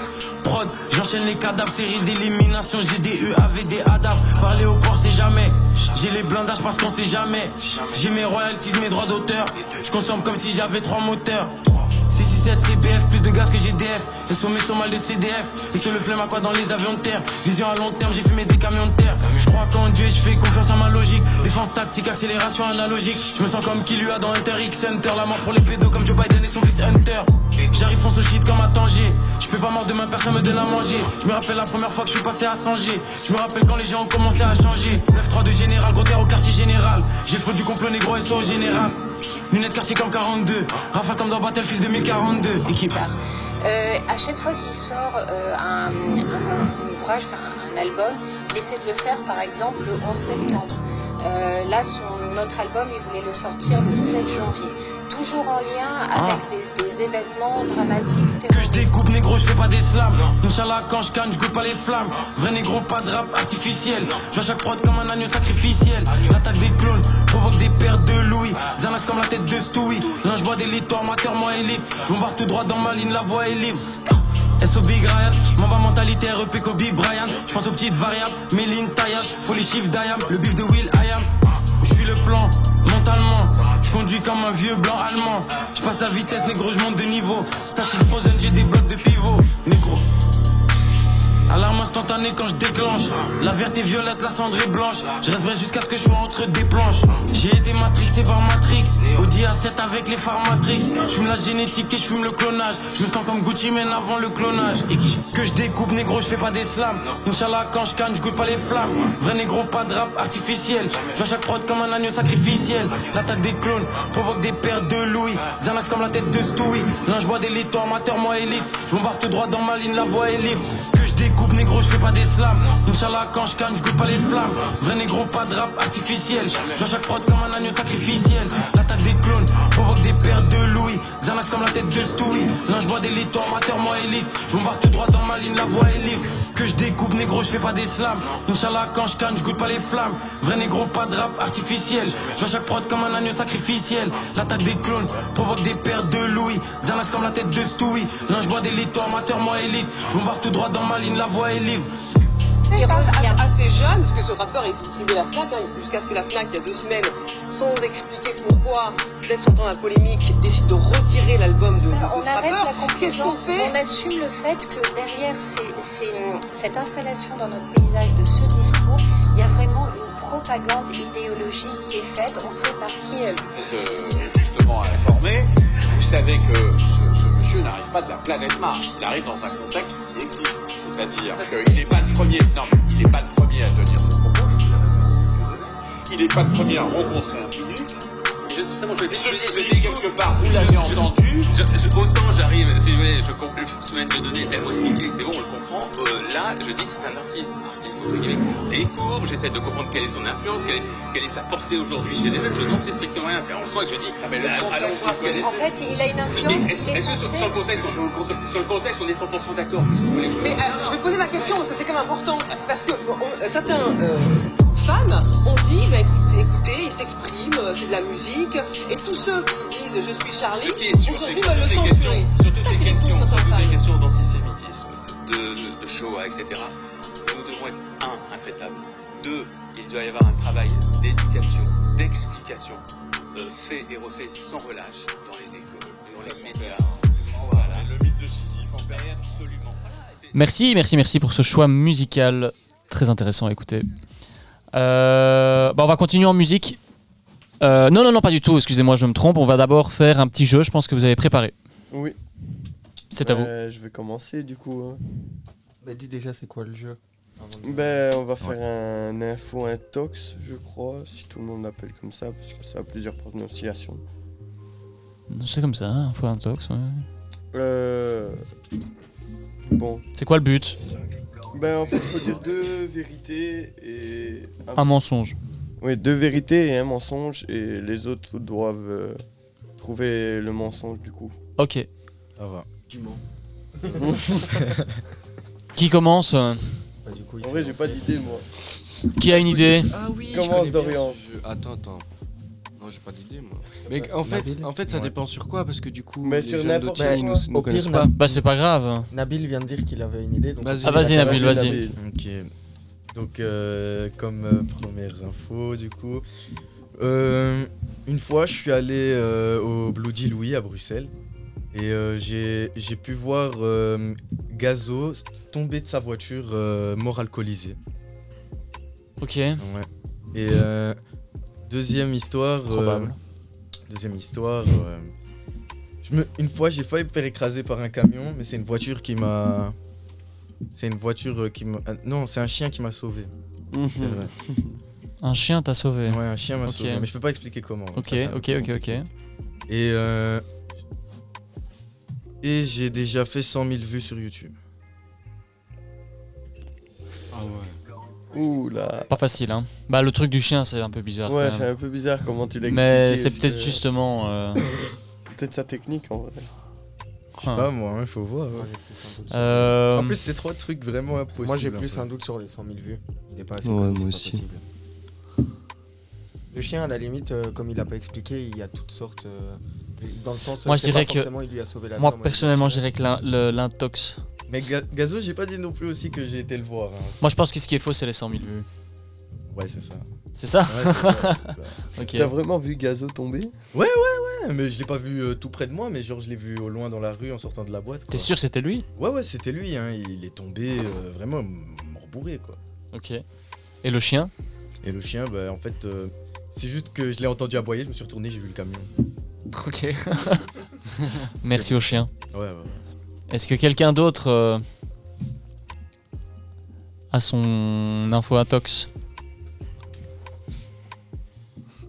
[SPEAKER 11] Prod, j'enchaîne les cadavres, série d'élimination. E, J'ai des UAV, des hadavres. Parler au port, c'est jamais. J'ai les blindages parce qu'on sait jamais. J'ai mes royalties, mes droits d'auteur. Je consomme comme si j'avais trois moteurs. 667 CBF, plus de gaz que GDF. Les sommets sont mal de CDF. Et sur le flemme à quoi dans les avions de terre. Vision à long terme, j'ai fumé des camions de terre. Je crois qu'en Dieu, je fais confiance à ma logique. Défense tactique, accélération analogique. Je me sens comme qui lui a dans Hunter X Hunter. La mort pour les pédos comme Joe Biden et son fils Hunter. J'arrive fonce au shit comme à Tanger. Je peux pas mort demain, personne me donne à manger. Je me rappelle la première fois que je suis passé à Sanger. Je me rappelle quand les gens ont commencé à changer. 9-3 de général, gros terre au quartier général. J'ai le faux du complot négro et au général. Lunettes quartier comme 42. Rafa comme dans Battlefield 2042. Équipe.
[SPEAKER 12] Euh, à chaque fois qu'il sort euh, un, un ouvrage, enfin, un album, il essaie de le faire par exemple le 11 septembre. Euh, là, son autre album, il voulait le sortir le 7 janvier. Toujours en lien
[SPEAKER 10] Ah.
[SPEAKER 12] avec des, des événements dramatiques,
[SPEAKER 11] Que je
[SPEAKER 12] terroristes.
[SPEAKER 11] découpe négro, je fais pas des slams. Inch'Allah, quand je canne, je goûte pas les flammes. Vrai négro, pas de rap artificiel. Je vois chaque prod comme un agneau sacrificiel. L'attaque des clones provoque des pertes de Louis. Xanax comme la tête de Stewie. Là, je bois des litres, toi, amateur, moi élite. Je m'embarque tout droit dans ma ligne, la voie est libre. SO Big Ryan, Mamba mentalité REP Kobe Bryant. Je pense aux petites variables, Méline taillage, faut les chiffres d'Ayam, le bif de Will I am. Je suis le plan, mentalement. Je conduis comme un vieux blanc allemand. Je passe la vitesse, négro, je monte de niveau. Statique frozen, j'ai des blocs de pivot, négro. Alarme instantanée quand je déclenche. La verte est violette, la cendre est blanche. Je rêverai jusqu'à ce que je sois entre des planches. J'ai été matrixé par Matrix. Audi A7 avec les pharmatrices. Je fume la génétique et je fume le clonage. Je me sens comme Gucci men avant le clonage. Et que je découpe, négro, je fais pas des slams. Inch'Allah, quand je canne, je goûte pas les flammes. Vrai négro, pas de rap artificiel. Je vois chaque prod comme un agneau sacrificiel. L'attaque des clones provoque des pertes de louis. Xanax comme la tête de Stewie. Linge bois d'élite, toi amateur, moi élite. Je m'embarque tout droit dans ma ligne, la voie est libre. Que je découpe, négro, je fais pas des slams. Inch'Allah, quand je canne, je goûte pas les flammes. Vrai négro, pas de rap artificiel. Je vois chaque prod comme un agneau sacrificiel. L'attaque des clones provoque des pertes de louis. Xanax comme la tête de Stewie. Linge bois d'élite, toi amateur, moi élite. Je m'embarque tout droit dans ma ligne, la voie est libre. Que je découpe, négro, je fais pas des slams. Inch'Allah, quand je canne, je goûte pas les flammes. Vrai négro, pas de rap artificiel. Je vois chaque prod comme un agneau sacrificiel. L'attaque des clones provoque des pertes de louis. Xanax comme la tête de Stewie. Linge bois d'élite, toi amateur, moi élite. Je m'embarque tout droit dans ma ligne, la voie est libre.
[SPEAKER 10] C'est à- assez jeune, parce que ce rappeur est distribué à la FNAC, hein, jusqu'à ce que la FNAC, il y a deux semaines, sans expliquer pourquoi, peut-être sentant la polémique, décide de retirer l'album de, de, de
[SPEAKER 12] Bah, On
[SPEAKER 10] ce
[SPEAKER 12] arrête la
[SPEAKER 10] rappeur. Qu'est-ce qu'on
[SPEAKER 12] complaisance,
[SPEAKER 10] fait
[SPEAKER 12] on assume le fait que derrière ces- ces- cette installation dans notre paysage de ce discours, il y a vraiment une propagande idéologique qui est faite, on sait par qui elle.
[SPEAKER 13] êtes, euh, justement informé, vous savez que ce, ce monsieur n'arrive pas de la planète Mars, il arrive dans un contexte qui existe. C'est-à-dire qu'il n'est pas le premier, non, mais il n'est pas le premier à tenir ses propos, je vous ai référencé les données. il n'est pas le premier à rencontrer un public. Justement, je vais quelque part, vous l'avez entendu.
[SPEAKER 14] autant j'arrive, si vous voulez, je comprends, le semaine de données est tellement expliqué que c'est bon, on le comprend. Euh, là, je dis c'est un artiste, un artiste entre guillemets, que je découvre, j'essaie de comprendre quelle est son influence, quelle est, quelle est sa portée aujourd'hui chez les jeunes, je n'en sais strictement rien, c'est en soi que je dis, bah, allons voir quelle est
[SPEAKER 12] En fait, il a une
[SPEAKER 14] Mais
[SPEAKER 12] influence qui est
[SPEAKER 14] est-ce est-ce que sur,
[SPEAKER 12] censée-
[SPEAKER 14] sur le contexte, on- sur le contexte, on est 100% d'accord Qu'est-ce que vous voulez que je
[SPEAKER 10] Mais euh, je vais poser ma question, parce que c'est quand même important, parce que bon, on- certains euh, fans ont dit, bah, écoutez, écoutez, il s'exprime, euh, c'est de la musique, et tous ceux qui disent je suis Charlie, aujourd'hui veulent le censurer.
[SPEAKER 14] sur toutes les questions, sur toutes les questions d'antisémitisme, de, de Shoah, etc., nous devons être, un, intraitables, deux, il doit y avoir un travail d'éducation, d'explication, euh, fait et refait sans relâche dans les écoles, dans les médias. Voilà. Le mythe de Sisyphe en période absolument.
[SPEAKER 3] Merci, merci, merci pour ce choix musical très intéressant à écouter. Euh, bah, on va continuer en musique. Euh, non, non, non, pas du tout, excusez-moi, je me trompe. On va d'abord faire un petit jeu, je pense que vous avez préparé.
[SPEAKER 7] Oui.
[SPEAKER 3] C'est à vous.
[SPEAKER 7] Euh, Je vais commencer du coup. hein.
[SPEAKER 9] Bah, dis déjà, c'est quoi le jeu avant de-
[SPEAKER 7] Ben, on va faire un info intox, je crois, si tout le monde l'appelle comme ça, parce que ça a plusieurs prononciations.
[SPEAKER 3] C'est comme ça, hein, fois un tox. ouais.
[SPEAKER 7] Euh... Bon.
[SPEAKER 3] C'est quoi le but
[SPEAKER 7] Ben, en fait, faut dire deux vérités et.
[SPEAKER 3] Un mensonge.
[SPEAKER 7] Oui, deux vérités et un mensonge, et les autres doivent euh, trouver le mensonge du coup.
[SPEAKER 3] Ok.
[SPEAKER 1] Ça va.
[SPEAKER 7] Du mens.
[SPEAKER 3] Qui commence euh
[SPEAKER 9] Bah,
[SPEAKER 7] en vrai, j'ai pas d'idée, moi.
[SPEAKER 3] Qui a une idée
[SPEAKER 8] Ah
[SPEAKER 7] Commence, Dorian.
[SPEAKER 8] Attends, attends. Non, j'ai pas d'idée, moi. Mais en fait,
[SPEAKER 9] Nabil
[SPEAKER 8] en fait ça
[SPEAKER 9] Ouais.
[SPEAKER 8] dépend sur quoi, parce que du coup,
[SPEAKER 9] Mais
[SPEAKER 8] les
[SPEAKER 9] sur
[SPEAKER 8] jeunes
[SPEAKER 9] n'importe
[SPEAKER 8] d'Ottilie,
[SPEAKER 9] quoi.
[SPEAKER 8] nous,
[SPEAKER 9] Au
[SPEAKER 8] nous
[SPEAKER 9] pire,
[SPEAKER 8] connaissent
[SPEAKER 9] n'importe
[SPEAKER 8] pas.
[SPEAKER 3] Bah, c'est pas grave.
[SPEAKER 9] Nabil vient de dire qu'il avait une idée. Donc
[SPEAKER 8] Vas-y.
[SPEAKER 3] Ah, vas-y, Nabil, vas-y.
[SPEAKER 1] Ok. Donc, euh, comme euh, première info, du coup, euh, une fois, je suis allé euh, au Bloody Louis à Bruxelles et euh, j'ai j'ai pu voir euh, Gazo tomber de sa voiture euh, mort alcoolisé.
[SPEAKER 3] Ok.
[SPEAKER 1] Et euh, deuxième histoire. euh,
[SPEAKER 3] Probable.
[SPEAKER 1] deuxième histoire. euh, je me- une fois, j'ai failli me faire écraser par un camion, mais c'est une voiture qui m'a. C'est une voiture euh, qui m'a. ah, Non, c'est un chien qui m'a sauvé. C'est vrai.
[SPEAKER 3] Un chien t'a sauvé.
[SPEAKER 1] Ouais, un chien m'a
[SPEAKER 3] Mhm. Ok.
[SPEAKER 1] sauvé, mais je peux pas expliquer comment.
[SPEAKER 3] Ok,
[SPEAKER 1] Ça, c'est un
[SPEAKER 3] ok,
[SPEAKER 1] peu
[SPEAKER 3] ok, ok.
[SPEAKER 1] compliqué. Et euh, et j'ai déjà fait 100 000 vues sur YouTube.
[SPEAKER 8] Ah ouais.
[SPEAKER 7] Ouh là.
[SPEAKER 3] Pas facile, hein. Bah, le truc du chien, c'est un peu bizarre.
[SPEAKER 7] Ouais,
[SPEAKER 3] quand même.
[SPEAKER 7] c'est un peu bizarre comment tu l'expliques.
[SPEAKER 3] Mais c'est peut-être justement. euh,
[SPEAKER 7] Peut-être sa technique en vrai.
[SPEAKER 1] Je sais pas moi, il faut voir.
[SPEAKER 8] Ah,
[SPEAKER 1] ouais.
[SPEAKER 3] Hein. Euh,
[SPEAKER 1] En plus, c'est trois trucs vraiment impossibles.
[SPEAKER 9] Moi, j'ai
[SPEAKER 1] en
[SPEAKER 9] plus
[SPEAKER 1] fait.
[SPEAKER 9] un doute sur les 100 000 vues. Il est pas assez
[SPEAKER 5] Ouais,
[SPEAKER 9] connu,
[SPEAKER 5] moi
[SPEAKER 9] c'est pas
[SPEAKER 5] aussi.
[SPEAKER 9] possible. Le chien, à la limite, euh, comme il a pas expliqué, il y a toutes sortes. euh, dans le sens, euh,
[SPEAKER 3] Moi,
[SPEAKER 9] c'est
[SPEAKER 3] je dirais
[SPEAKER 9] pas
[SPEAKER 3] que.
[SPEAKER 9] forcément, il lui a sauvé la vie,
[SPEAKER 3] moi,
[SPEAKER 9] en mode-
[SPEAKER 3] personnellement, je dirais que l'in- le- l'intox,
[SPEAKER 1] Mais Ga- Gazo, j'ai pas dit non plus aussi que j'ai été le voir. hein.
[SPEAKER 3] Moi, je pense que ce qui est faux, c'est les 100 000 vues.
[SPEAKER 1] Ouais, c'est ça.
[SPEAKER 3] C'est ça
[SPEAKER 1] Ouais, c'est ça, c'est ça.
[SPEAKER 3] Ok.
[SPEAKER 7] T'as vraiment vu Gazo tomber
[SPEAKER 1] Ouais, ouais, ouais, mais je l'ai pas vu euh, tout près de moi, mais genre je l'ai vu au loin dans la rue en sortant de la boîte.
[SPEAKER 3] T'es sûr que c'était lui
[SPEAKER 1] Ouais, ouais, c'était lui, hein. il est tombé euh, vraiment mort bourré, quoi.
[SPEAKER 3] Ok. Et le chien
[SPEAKER 1] Et le chien, bah en fait, euh, c'est juste que je l'ai entendu aboyer, je me suis retourné, j'ai vu le camion.
[SPEAKER 3] Ok. Merci au chien.
[SPEAKER 1] Ouais, ouais. ouais.
[SPEAKER 3] Est-ce que quelqu'un d'autre euh, a son info intox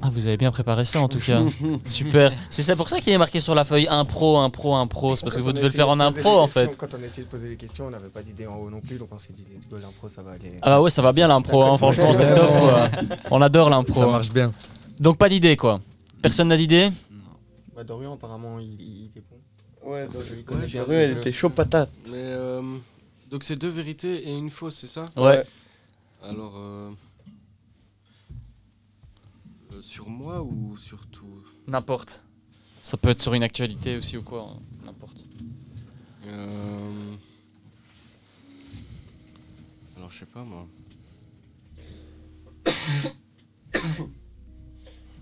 [SPEAKER 3] Ah, vous avez bien préparé ça en tout cas. Super. C'est ça pour ça qu'il est marqué sur la feuille impro, impro, impro. C'est parce que
[SPEAKER 9] Quand
[SPEAKER 3] vous
[SPEAKER 9] on
[SPEAKER 3] devez le
[SPEAKER 9] essayait
[SPEAKER 3] faire
[SPEAKER 9] de
[SPEAKER 3] en
[SPEAKER 9] poser des
[SPEAKER 3] impro en
[SPEAKER 9] questions-
[SPEAKER 3] fait.
[SPEAKER 9] Quand on essayait de poser des questions, on n'avait pas d'idée en haut non plus, donc on s'est dit, let's go, l'impro, ça va aller.
[SPEAKER 3] Ah bah ouais, ça va bien l'impro, hein, franchement, c'est top. quoi. On adore l'impro. hein.
[SPEAKER 9] Ça
[SPEAKER 1] marche bien.
[SPEAKER 3] Donc pas d'idée quoi. Personne n'a d'idée
[SPEAKER 9] Bah, Dorian, apparemment, il, il- il est bon.
[SPEAKER 7] Ouais,
[SPEAKER 9] Parce que je lui
[SPEAKER 8] Ouais,
[SPEAKER 9] connais bien
[SPEAKER 8] je
[SPEAKER 9] son
[SPEAKER 8] pense
[SPEAKER 9] jeu.
[SPEAKER 8] que- Mais euh, donc c'est deux vérités et une fausse, c'est ça
[SPEAKER 3] Ouais.
[SPEAKER 8] Alors euh, euh, sur moi ou sur tout
[SPEAKER 3] N'importe. Ça peut être sur une actualité aussi ou quoi, hein, n'importe.
[SPEAKER 8] Euh, Alors je sais pas moi.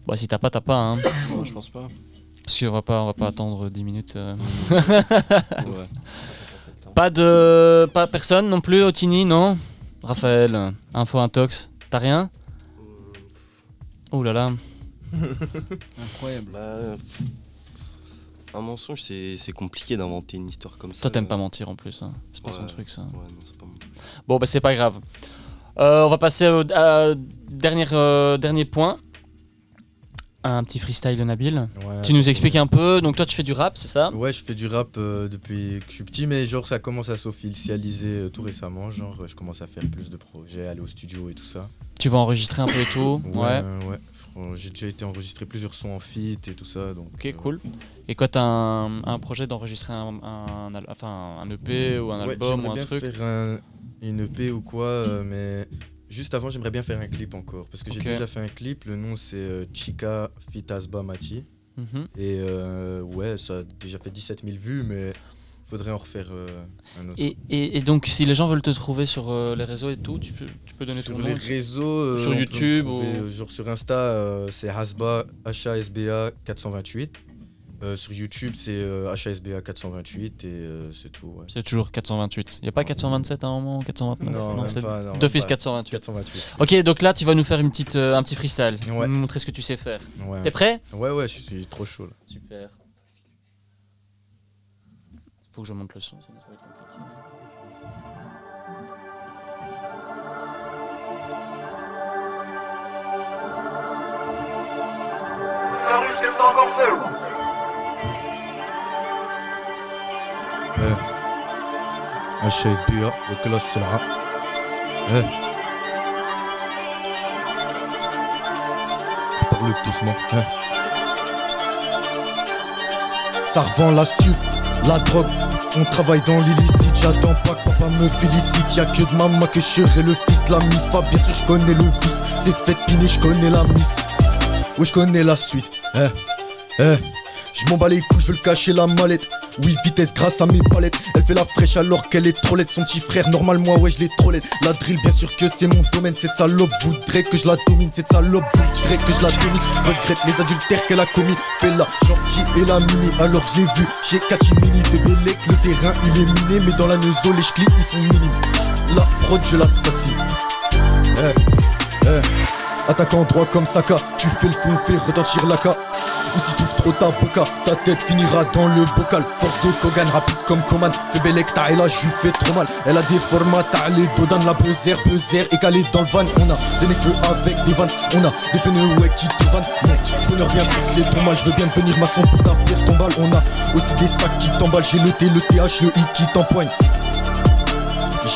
[SPEAKER 3] Bah si t'as pas, t'as pas. Hein.
[SPEAKER 8] Non, je pense pas.
[SPEAKER 3] Si on va pas, on va pas attendre 10 minutes. euh.
[SPEAKER 8] Ouais.
[SPEAKER 3] Pas de, pas personne non plus. Otini, non. Raphaël, euh, info intox. T'as rien Oh là là.
[SPEAKER 6] Incroyable.
[SPEAKER 5] Bah, un mensonge, c'est c'est compliqué d'inventer une histoire comme ça.
[SPEAKER 3] Toi, t'aimes pas mentir en plus. hein. C'est pas
[SPEAKER 5] Ouais.
[SPEAKER 3] son truc ça.
[SPEAKER 5] Ouais, non, c'est pas mon truc.
[SPEAKER 3] Bon, bah c'est pas grave. Euh, on va passer au à- dernier, euh, dernier point. Un petit freestyle, Nabil.
[SPEAKER 1] Ouais,
[SPEAKER 3] tu nous
[SPEAKER 1] c'est-
[SPEAKER 3] expliques un peu. Donc toi, tu fais du rap, c'est ça
[SPEAKER 1] Euh, Ouais, je fais du rap euh, depuis que je suis petit, mais genre ça commence à s'officialiser euh, tout récemment. Genre, euh, je commence à faire plus de projets, aller au studio et tout ça.
[SPEAKER 3] Tu vas enregistrer un peu et tout.
[SPEAKER 1] Ouais,
[SPEAKER 3] Ouais.
[SPEAKER 1] ouais. Fran- J'ai déjà été enregistré plusieurs sons en feat et tout ça. Donc, euh,
[SPEAKER 3] Ok, cool. Et quoi, t'as un, un projet d'enregistrer un, un, al- enfin, un EP ou un
[SPEAKER 1] Mmh. Ouais,
[SPEAKER 3] album
[SPEAKER 1] j'aimerais
[SPEAKER 3] ou un
[SPEAKER 1] bien
[SPEAKER 3] truc
[SPEAKER 1] faire un- une EP ou quoi, euh, mais juste avant, j'aimerais bien faire un clip encore. Parce que
[SPEAKER 3] Ok.
[SPEAKER 1] j'ai déjà fait un clip, le nom c'est euh, Chica Fitasba Mati.
[SPEAKER 3] Mhm.
[SPEAKER 1] Et euh, ouais, ça a déjà fait 17 000 vues, mais faudrait en refaire euh, un autre.
[SPEAKER 3] Et, et- et donc, si les gens veulent te trouver sur euh, les réseaux et tout, tu peux, tu peux donner
[SPEAKER 1] sur
[SPEAKER 3] ton
[SPEAKER 1] les
[SPEAKER 3] nom
[SPEAKER 1] réseaux, euh,
[SPEAKER 3] Sur
[SPEAKER 1] on peut me
[SPEAKER 3] YouTube
[SPEAKER 1] trouver,
[SPEAKER 3] ou-
[SPEAKER 1] euh, Genre sur Insta, euh, c'est Hasba, HASBA 428. Euh, sur YouTube, c'est euh, HASBA 428 et euh, c'est tout. ouais.
[SPEAKER 3] C'est toujours 428. Il n'y a pas 427 à un moment 429
[SPEAKER 1] Non, même
[SPEAKER 3] c'est
[SPEAKER 1] pas, non, même
[SPEAKER 3] d'office
[SPEAKER 1] pas.
[SPEAKER 3] 428.
[SPEAKER 1] 428.
[SPEAKER 3] Ok, donc là, tu vas nous faire une petite, euh, un petit freestyle.
[SPEAKER 1] Ouais.
[SPEAKER 3] Nous montrer ce que tu sais faire.
[SPEAKER 1] Ouais.
[SPEAKER 3] T'es prêt
[SPEAKER 1] Ouais, ouais, je suis trop chaud là.
[SPEAKER 3] Super. Faut que je monte le son, sinon ça va être compliqué.
[SPEAKER 1] Eh. HSBA, وكلاس السلعة Eh. Parle doucement
[SPEAKER 15] hein.
[SPEAKER 1] eh.
[SPEAKER 15] Ça revend la stu, la drogue. On travaille dans l'illicite, j'attends pas que papa me félicite. Y'a que de maman que je serai le fils de la mifa. Bien sûr, je connais le vice. C'est fait piner, je connais la miss. Oui, je connais la suite. Eh, eh. Je m'en bats les couilles, je veux le cacher la mallette. Oui, vitesse grâce à mes palettes. Elle fait la fraîche alors qu'elle est trollette. Son petit frère, normal, moi, ouais, je l'ai trollette. La drill, bien sûr que c'est mon domaine. Cette salope voudrait que je la domine. Cette salope voudrait que je la domine. Regrette les adultères qu'elle a commis. Fais la gentille et la mini. Alors que je l'ai vu chez Katimini. Fait Bélec, le terrain il est miné. Mais dans la nezo, les ch'lis ils sont minimes. La prod, je l'assassine. Eh, eh. Attaquant droit comme Saka, tu fais le fond, fais retentir la ca. Ou si tu ouvres trop ta boca, ta tête finira dans le bocal. Force de Kogan, rapide comme Coman. Fais Belek, ta là, je lui fais trop mal. Elle a des formats, t'as les dodanes, la buzzer, buzzer, égalée dans le van. On a des mecs feux avec des vannes, on a des feneux ouais qui te vannent. Mon honneur, bien sûr, c'est ton mal, je veux bien devenir maçon pour ta pierre tombale. On a aussi des sacs qui t'emballent, j'ai le T, le CH, le I qui t'empoigne.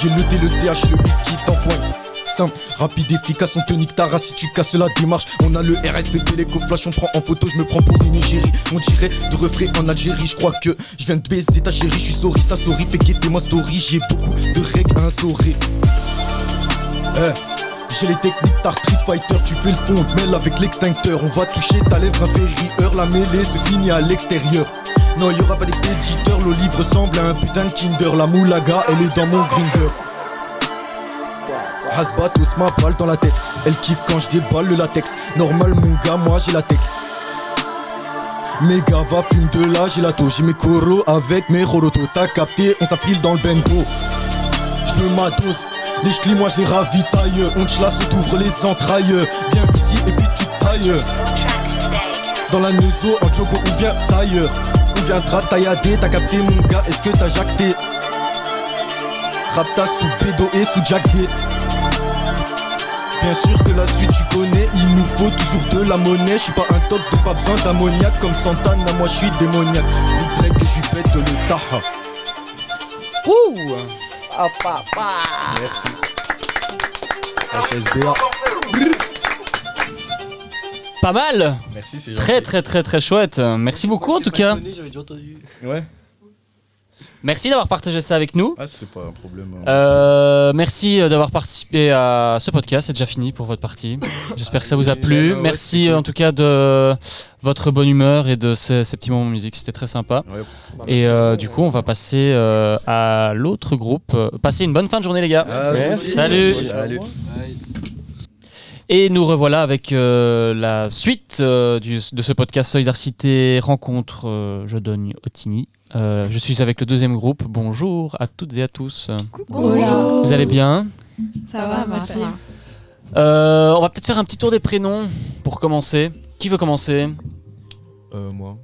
[SPEAKER 15] J'ai le T, le CH, le I qui t'empoigne. Simple, rapide, efficace, on te nique ta race si tu casses la démarche. On a le RS, le téléco flash, on prend en photo, je me prends pour une Nigérie. On dirait de refrain en Algérie, je crois que je viens de baiser ta chérie, je suis sorry, ça sorry, fais guetter ma story, j'ai beaucoup de règles à instaurer. Eh, J'ai les techniques d'art Street Fighter, tu fais le fond, on te mêle avec l'extincteur. On va toucher ta lèvre inférieure, la mêlée se finit à l'extérieur. Non, y'aura pas d'expéditeur, le livre ressemble à un putain de Kinder. La moulaga, elle est dans mon grinder. Hasbat, tous ma balle dans la tête. Elle kiffe quand je déballe le latex. Normal, mon gars, moi j'ai la tech. Mes gars, va fume de la gelato. J'ai mes coros avec mes rorotos. T'as capté, on s'affile dans le bento. J'veux ma dose. Les ch'lis, moi je les ravitaille. On te chasse, on t'ouvre les entrailles. Viens ici et puis tu tailles. Dans la neuzo, en choco ou bien tailleur. On viendra taillader, t'as capté mon gars, est-ce que t'as jacté Rapta sous pédo et sous Jack D. Bien sûr que la suite tu connais, il nous faut toujours de la monnaie. Je suis pas un tox, donc pas besoin d'ammoniac comme Santana, moi je suis démoniaque. Voudrais que je pète le taha.
[SPEAKER 16] Ouh Ah papa
[SPEAKER 15] Merci. HSBA.
[SPEAKER 3] Pas mal
[SPEAKER 1] Merci, c'est gentil.
[SPEAKER 3] Très très très très chouette. Euh, Merci beaucoup en tout cas.
[SPEAKER 1] J'avais déjà entendu. Ouais.
[SPEAKER 3] Merci d'avoir partagé ça avec nous.
[SPEAKER 1] Ah, c'est pas un problème. hein.
[SPEAKER 3] Euh, merci euh, d'avoir participé à ce podcast. C'est déjà fini pour votre partie. J'espère que ça vous a plu.
[SPEAKER 1] ouais, ouais,
[SPEAKER 3] Merci euh, en tout cas de votre bonne humeur et de ces, ces petits moments de musique. C'était très sympa. et euh, du coup, on va passer euh, à l'autre groupe. Euh, Passez une bonne fin de journée, les gars.
[SPEAKER 1] Ah, merci.
[SPEAKER 3] Salut.
[SPEAKER 1] Merci. Salut.
[SPEAKER 3] Et nous revoilà avec euh, la suite euh, du- de ce podcast Solidarité Rencontre. euh, je donne Otini. Euh, je suis avec le deuxième groupe. Bonjour à toutes et à tous.
[SPEAKER 17] Bonjour.
[SPEAKER 3] Vous allez bien
[SPEAKER 17] Ça, va, merci.
[SPEAKER 3] Euh, On va peut-être faire un petit tour des prénoms pour commencer. Qui veut commencer
[SPEAKER 4] Euh, moi.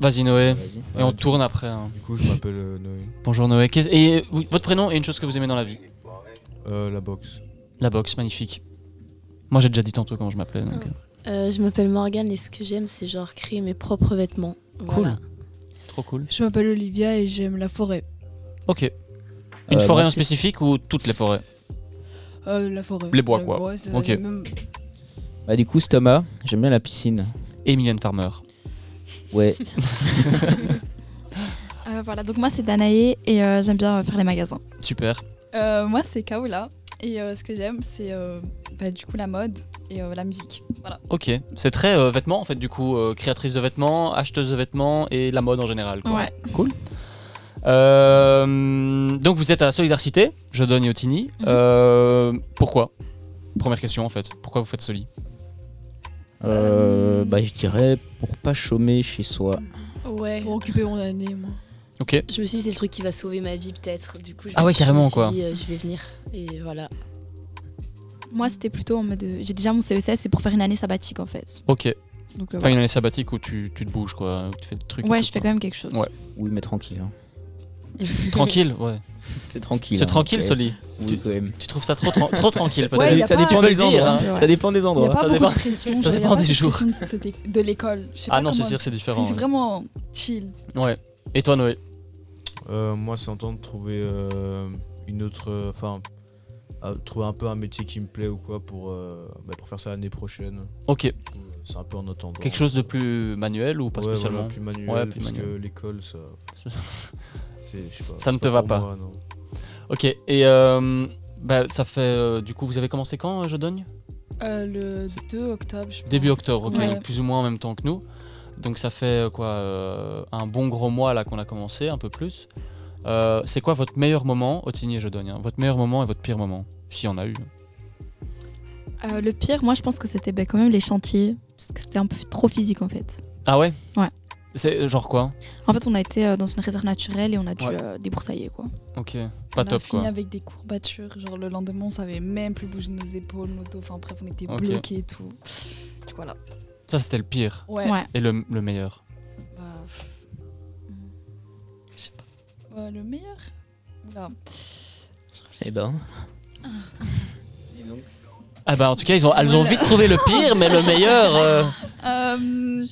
[SPEAKER 3] Vas-y Noé.
[SPEAKER 4] Vas-y.
[SPEAKER 3] Et on tourne après. hein.
[SPEAKER 4] Du coup, je m'appelle euh, Noé.
[SPEAKER 3] Bonjour Noé. Qu'est- Et oui, votre prénom est une chose que vous aimez dans la vie
[SPEAKER 4] Euh, la boxe.
[SPEAKER 3] La boxe, magnifique. Moi j'ai déjà dit tantôt comment je m'appelais. donc, euh,
[SPEAKER 17] Euh, je m'appelle Morgane et ce que j'aime, c'est genre créer mes propres vêtements. Voilà.
[SPEAKER 3] Trop cool.
[SPEAKER 18] Je m'appelle Olivia et j'aime la forêt.
[SPEAKER 3] Ok. Une
[SPEAKER 18] Euh, moi,
[SPEAKER 3] forêt en
[SPEAKER 18] c'est-
[SPEAKER 3] spécifique ou toutes les forêts
[SPEAKER 18] Euh, la forêt.
[SPEAKER 3] Les bois,
[SPEAKER 18] La-
[SPEAKER 3] quoi.
[SPEAKER 18] ouais, c'est-
[SPEAKER 3] Ok.
[SPEAKER 18] même-
[SPEAKER 19] Bah, du coup, c'est Thomas, j'aime bien la piscine.
[SPEAKER 3] Et Mylène Farmer.
[SPEAKER 19] Ouais.
[SPEAKER 20] Euh, voilà, donc moi c'est Danae et euh, j'aime bien euh, faire les magasins.
[SPEAKER 3] Super.
[SPEAKER 21] Euh, moi, c'est Kaola. Et euh, ce que j'aime, c'est euh, bah, du coup la mode et euh, la musique. Voilà.
[SPEAKER 3] Ok. C'est très euh, vêtements en fait, du coup, euh, créatrice de vêtements, acheteuse de vêtements et la mode en général. quoi.
[SPEAKER 21] Ouais.
[SPEAKER 3] Cool. Euh, donc vous êtes à Solidarité, je donne Yotini.
[SPEAKER 20] Mhm.
[SPEAKER 3] Euh, pourquoi Première question en fait. Pourquoi vous faites Soli
[SPEAKER 19] Euh, bah, je dirais pour pas chômer chez soi.
[SPEAKER 17] Ouais.
[SPEAKER 18] Pour occuper mon année, moi.
[SPEAKER 3] Ok.
[SPEAKER 17] Je me suis dit, c'est le truc qui va sauver ma vie, peut-être. Du coup, je
[SPEAKER 3] Ah
[SPEAKER 17] me
[SPEAKER 3] ouais,
[SPEAKER 17] suis- je me
[SPEAKER 3] carrément,
[SPEAKER 17] suis
[SPEAKER 3] quoi.
[SPEAKER 17] dit, euh, je vais venir. Et voilà.
[SPEAKER 20] Moi c'était plutôt en mode. euh, J'ai déjà mon CES, c'est pour faire une année sabbatique en fait.
[SPEAKER 3] Ok.
[SPEAKER 20] Donc, euh,
[SPEAKER 3] enfin,
[SPEAKER 20] voilà.
[SPEAKER 3] une année sabbatique où tu, tu te bouges, quoi, où tu fais des trucs. et
[SPEAKER 20] Ouais,
[SPEAKER 3] tout,
[SPEAKER 20] je fais
[SPEAKER 3] quoi.
[SPEAKER 20] quand même quelque chose.
[SPEAKER 3] Ouais.
[SPEAKER 19] Oui, mais tranquille. hein.
[SPEAKER 3] Tranquille, ouais.
[SPEAKER 19] C'est tranquille.
[SPEAKER 3] C'est
[SPEAKER 19] hein,
[SPEAKER 3] tranquille,
[SPEAKER 19] ok.
[SPEAKER 3] Soli.
[SPEAKER 19] Oui,
[SPEAKER 3] tu,
[SPEAKER 19] quand même.
[SPEAKER 3] tu trouves ça trop, tran- trop tranquille
[SPEAKER 19] Ça
[SPEAKER 3] peut-être
[SPEAKER 19] dé- ça dépend des endroits, hein. Ça dépend des
[SPEAKER 21] Il n'y a
[SPEAKER 19] endroits.
[SPEAKER 21] pas
[SPEAKER 3] Ça
[SPEAKER 21] beaucoup
[SPEAKER 3] dépend-
[SPEAKER 21] de pression.
[SPEAKER 3] ça
[SPEAKER 21] genre, y a
[SPEAKER 3] dépend
[SPEAKER 21] pas
[SPEAKER 3] des
[SPEAKER 21] cette
[SPEAKER 3] jours.
[SPEAKER 21] pression de- c'était- de l'école. Je sais
[SPEAKER 3] Ah
[SPEAKER 21] pas
[SPEAKER 3] non, c'est
[SPEAKER 21] comment-
[SPEAKER 3] sûr, c'est différent,
[SPEAKER 21] C'est
[SPEAKER 3] ouais.
[SPEAKER 21] vraiment chill.
[SPEAKER 3] Ouais. Et toi, Noé
[SPEAKER 4] Euh, moi, c'est en train de trouver euh, une autre. euh, Enfin, à- trouver un peu un métier qui me plaît ou quoi pour, euh, bah, pour faire ça l'année prochaine.
[SPEAKER 3] Ok.
[SPEAKER 4] C'est un peu en attendant.
[SPEAKER 3] Quelque chose de plus manuel ou pas
[SPEAKER 4] Ouais,
[SPEAKER 3] spécialement
[SPEAKER 4] voilà, plus manuel,
[SPEAKER 3] Ouais, plus
[SPEAKER 4] parce
[SPEAKER 3] manuel.
[SPEAKER 4] que l'école, ça. c'est- je sais pas,
[SPEAKER 3] Ça ne
[SPEAKER 4] Bah, c'est
[SPEAKER 3] te va
[SPEAKER 4] pour
[SPEAKER 3] pas.
[SPEAKER 4] moi, non.
[SPEAKER 3] Ok, et euh, bah, ça fait. euh, du coup, vous avez commencé quand, euh, Jodogne
[SPEAKER 21] Euh, le 2 octobre, je
[SPEAKER 3] Début
[SPEAKER 21] pense.
[SPEAKER 3] octobre, ok,
[SPEAKER 21] Ouais.
[SPEAKER 3] donc plus ou moins en même temps que nous. Donc ça fait euh, quoi euh, Un bon gros mois là qu'on a commencé, un peu plus. Euh, c'est quoi votre meilleur moment, Otini et Jodogne hein, Votre meilleur moment et votre pire moment S'il y en a eu.
[SPEAKER 20] Euh, le pire, moi je pense que c'était ben, quand même les chantiers. Parce que c'était un peu trop physique en fait.
[SPEAKER 3] Ah ouais
[SPEAKER 20] Ouais.
[SPEAKER 3] C'est euh, genre quoi
[SPEAKER 20] En fait, on a été euh, dans une réserve naturelle et on a dû
[SPEAKER 3] Ouais.
[SPEAKER 20] euh, débroussailler quoi.
[SPEAKER 3] Ok,
[SPEAKER 21] On
[SPEAKER 3] pas
[SPEAKER 21] a
[SPEAKER 3] top
[SPEAKER 21] fini
[SPEAKER 3] quoi.
[SPEAKER 21] avec des courbatures. Genre le lendemain, on savait même plus bouger nos épaules, nos dos. Enfin bref, on était
[SPEAKER 3] Ok.
[SPEAKER 21] bloqués et tout. Du coup, voilà.
[SPEAKER 3] Ça c'était le pire.
[SPEAKER 21] Ouais. Ouais.
[SPEAKER 3] Et le, le meilleur.
[SPEAKER 21] Bah, pff. je sais pas. Euh, le meilleur Oula.
[SPEAKER 19] Eh ben.
[SPEAKER 3] Ah bah en tout cas, ils ont, elles ont
[SPEAKER 21] Voilà.
[SPEAKER 3] vite trouvé le pire, mais le meilleur. euh,
[SPEAKER 21] Euh, bon.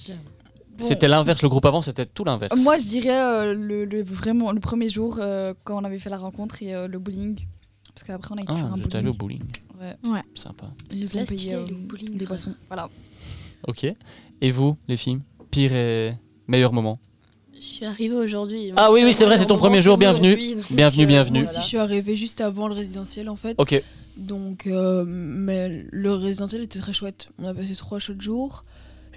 [SPEAKER 3] C'était l'inverse, le groupe avant c'était tout l'inverse.
[SPEAKER 21] Moi, je dirais euh, le, le- vraiment le premier jour euh, quand on avait fait la rencontre et euh, le bowling. Parce qu'après, on a été
[SPEAKER 3] Ah,
[SPEAKER 21] faire un
[SPEAKER 3] vous êtes allé au bowling.
[SPEAKER 21] Ouais.
[SPEAKER 20] Ouais.
[SPEAKER 3] Sympa.
[SPEAKER 21] Ils nous ont payé euh, des boissons. Voilà.
[SPEAKER 3] Ok. Et vous, les filles Pire et meilleur moment
[SPEAKER 17] Je suis arrivée aujourd'hui.
[SPEAKER 3] Ah oui, oui, c'est vrai, c'est ton
[SPEAKER 17] Mon
[SPEAKER 3] premier
[SPEAKER 17] moment,
[SPEAKER 3] jour,
[SPEAKER 17] c'est
[SPEAKER 3] bienvenue.
[SPEAKER 17] aujourd'hui, donc,
[SPEAKER 3] Bienvenue,
[SPEAKER 17] euh,
[SPEAKER 3] bienvenue.
[SPEAKER 17] voilà.
[SPEAKER 18] Moi aussi, je suis arrivée juste avant le résidentiel, en fait.
[SPEAKER 3] Ok.
[SPEAKER 18] Donc, euh, mais le résidentiel était très chouette. On a passé trois chouettes jours.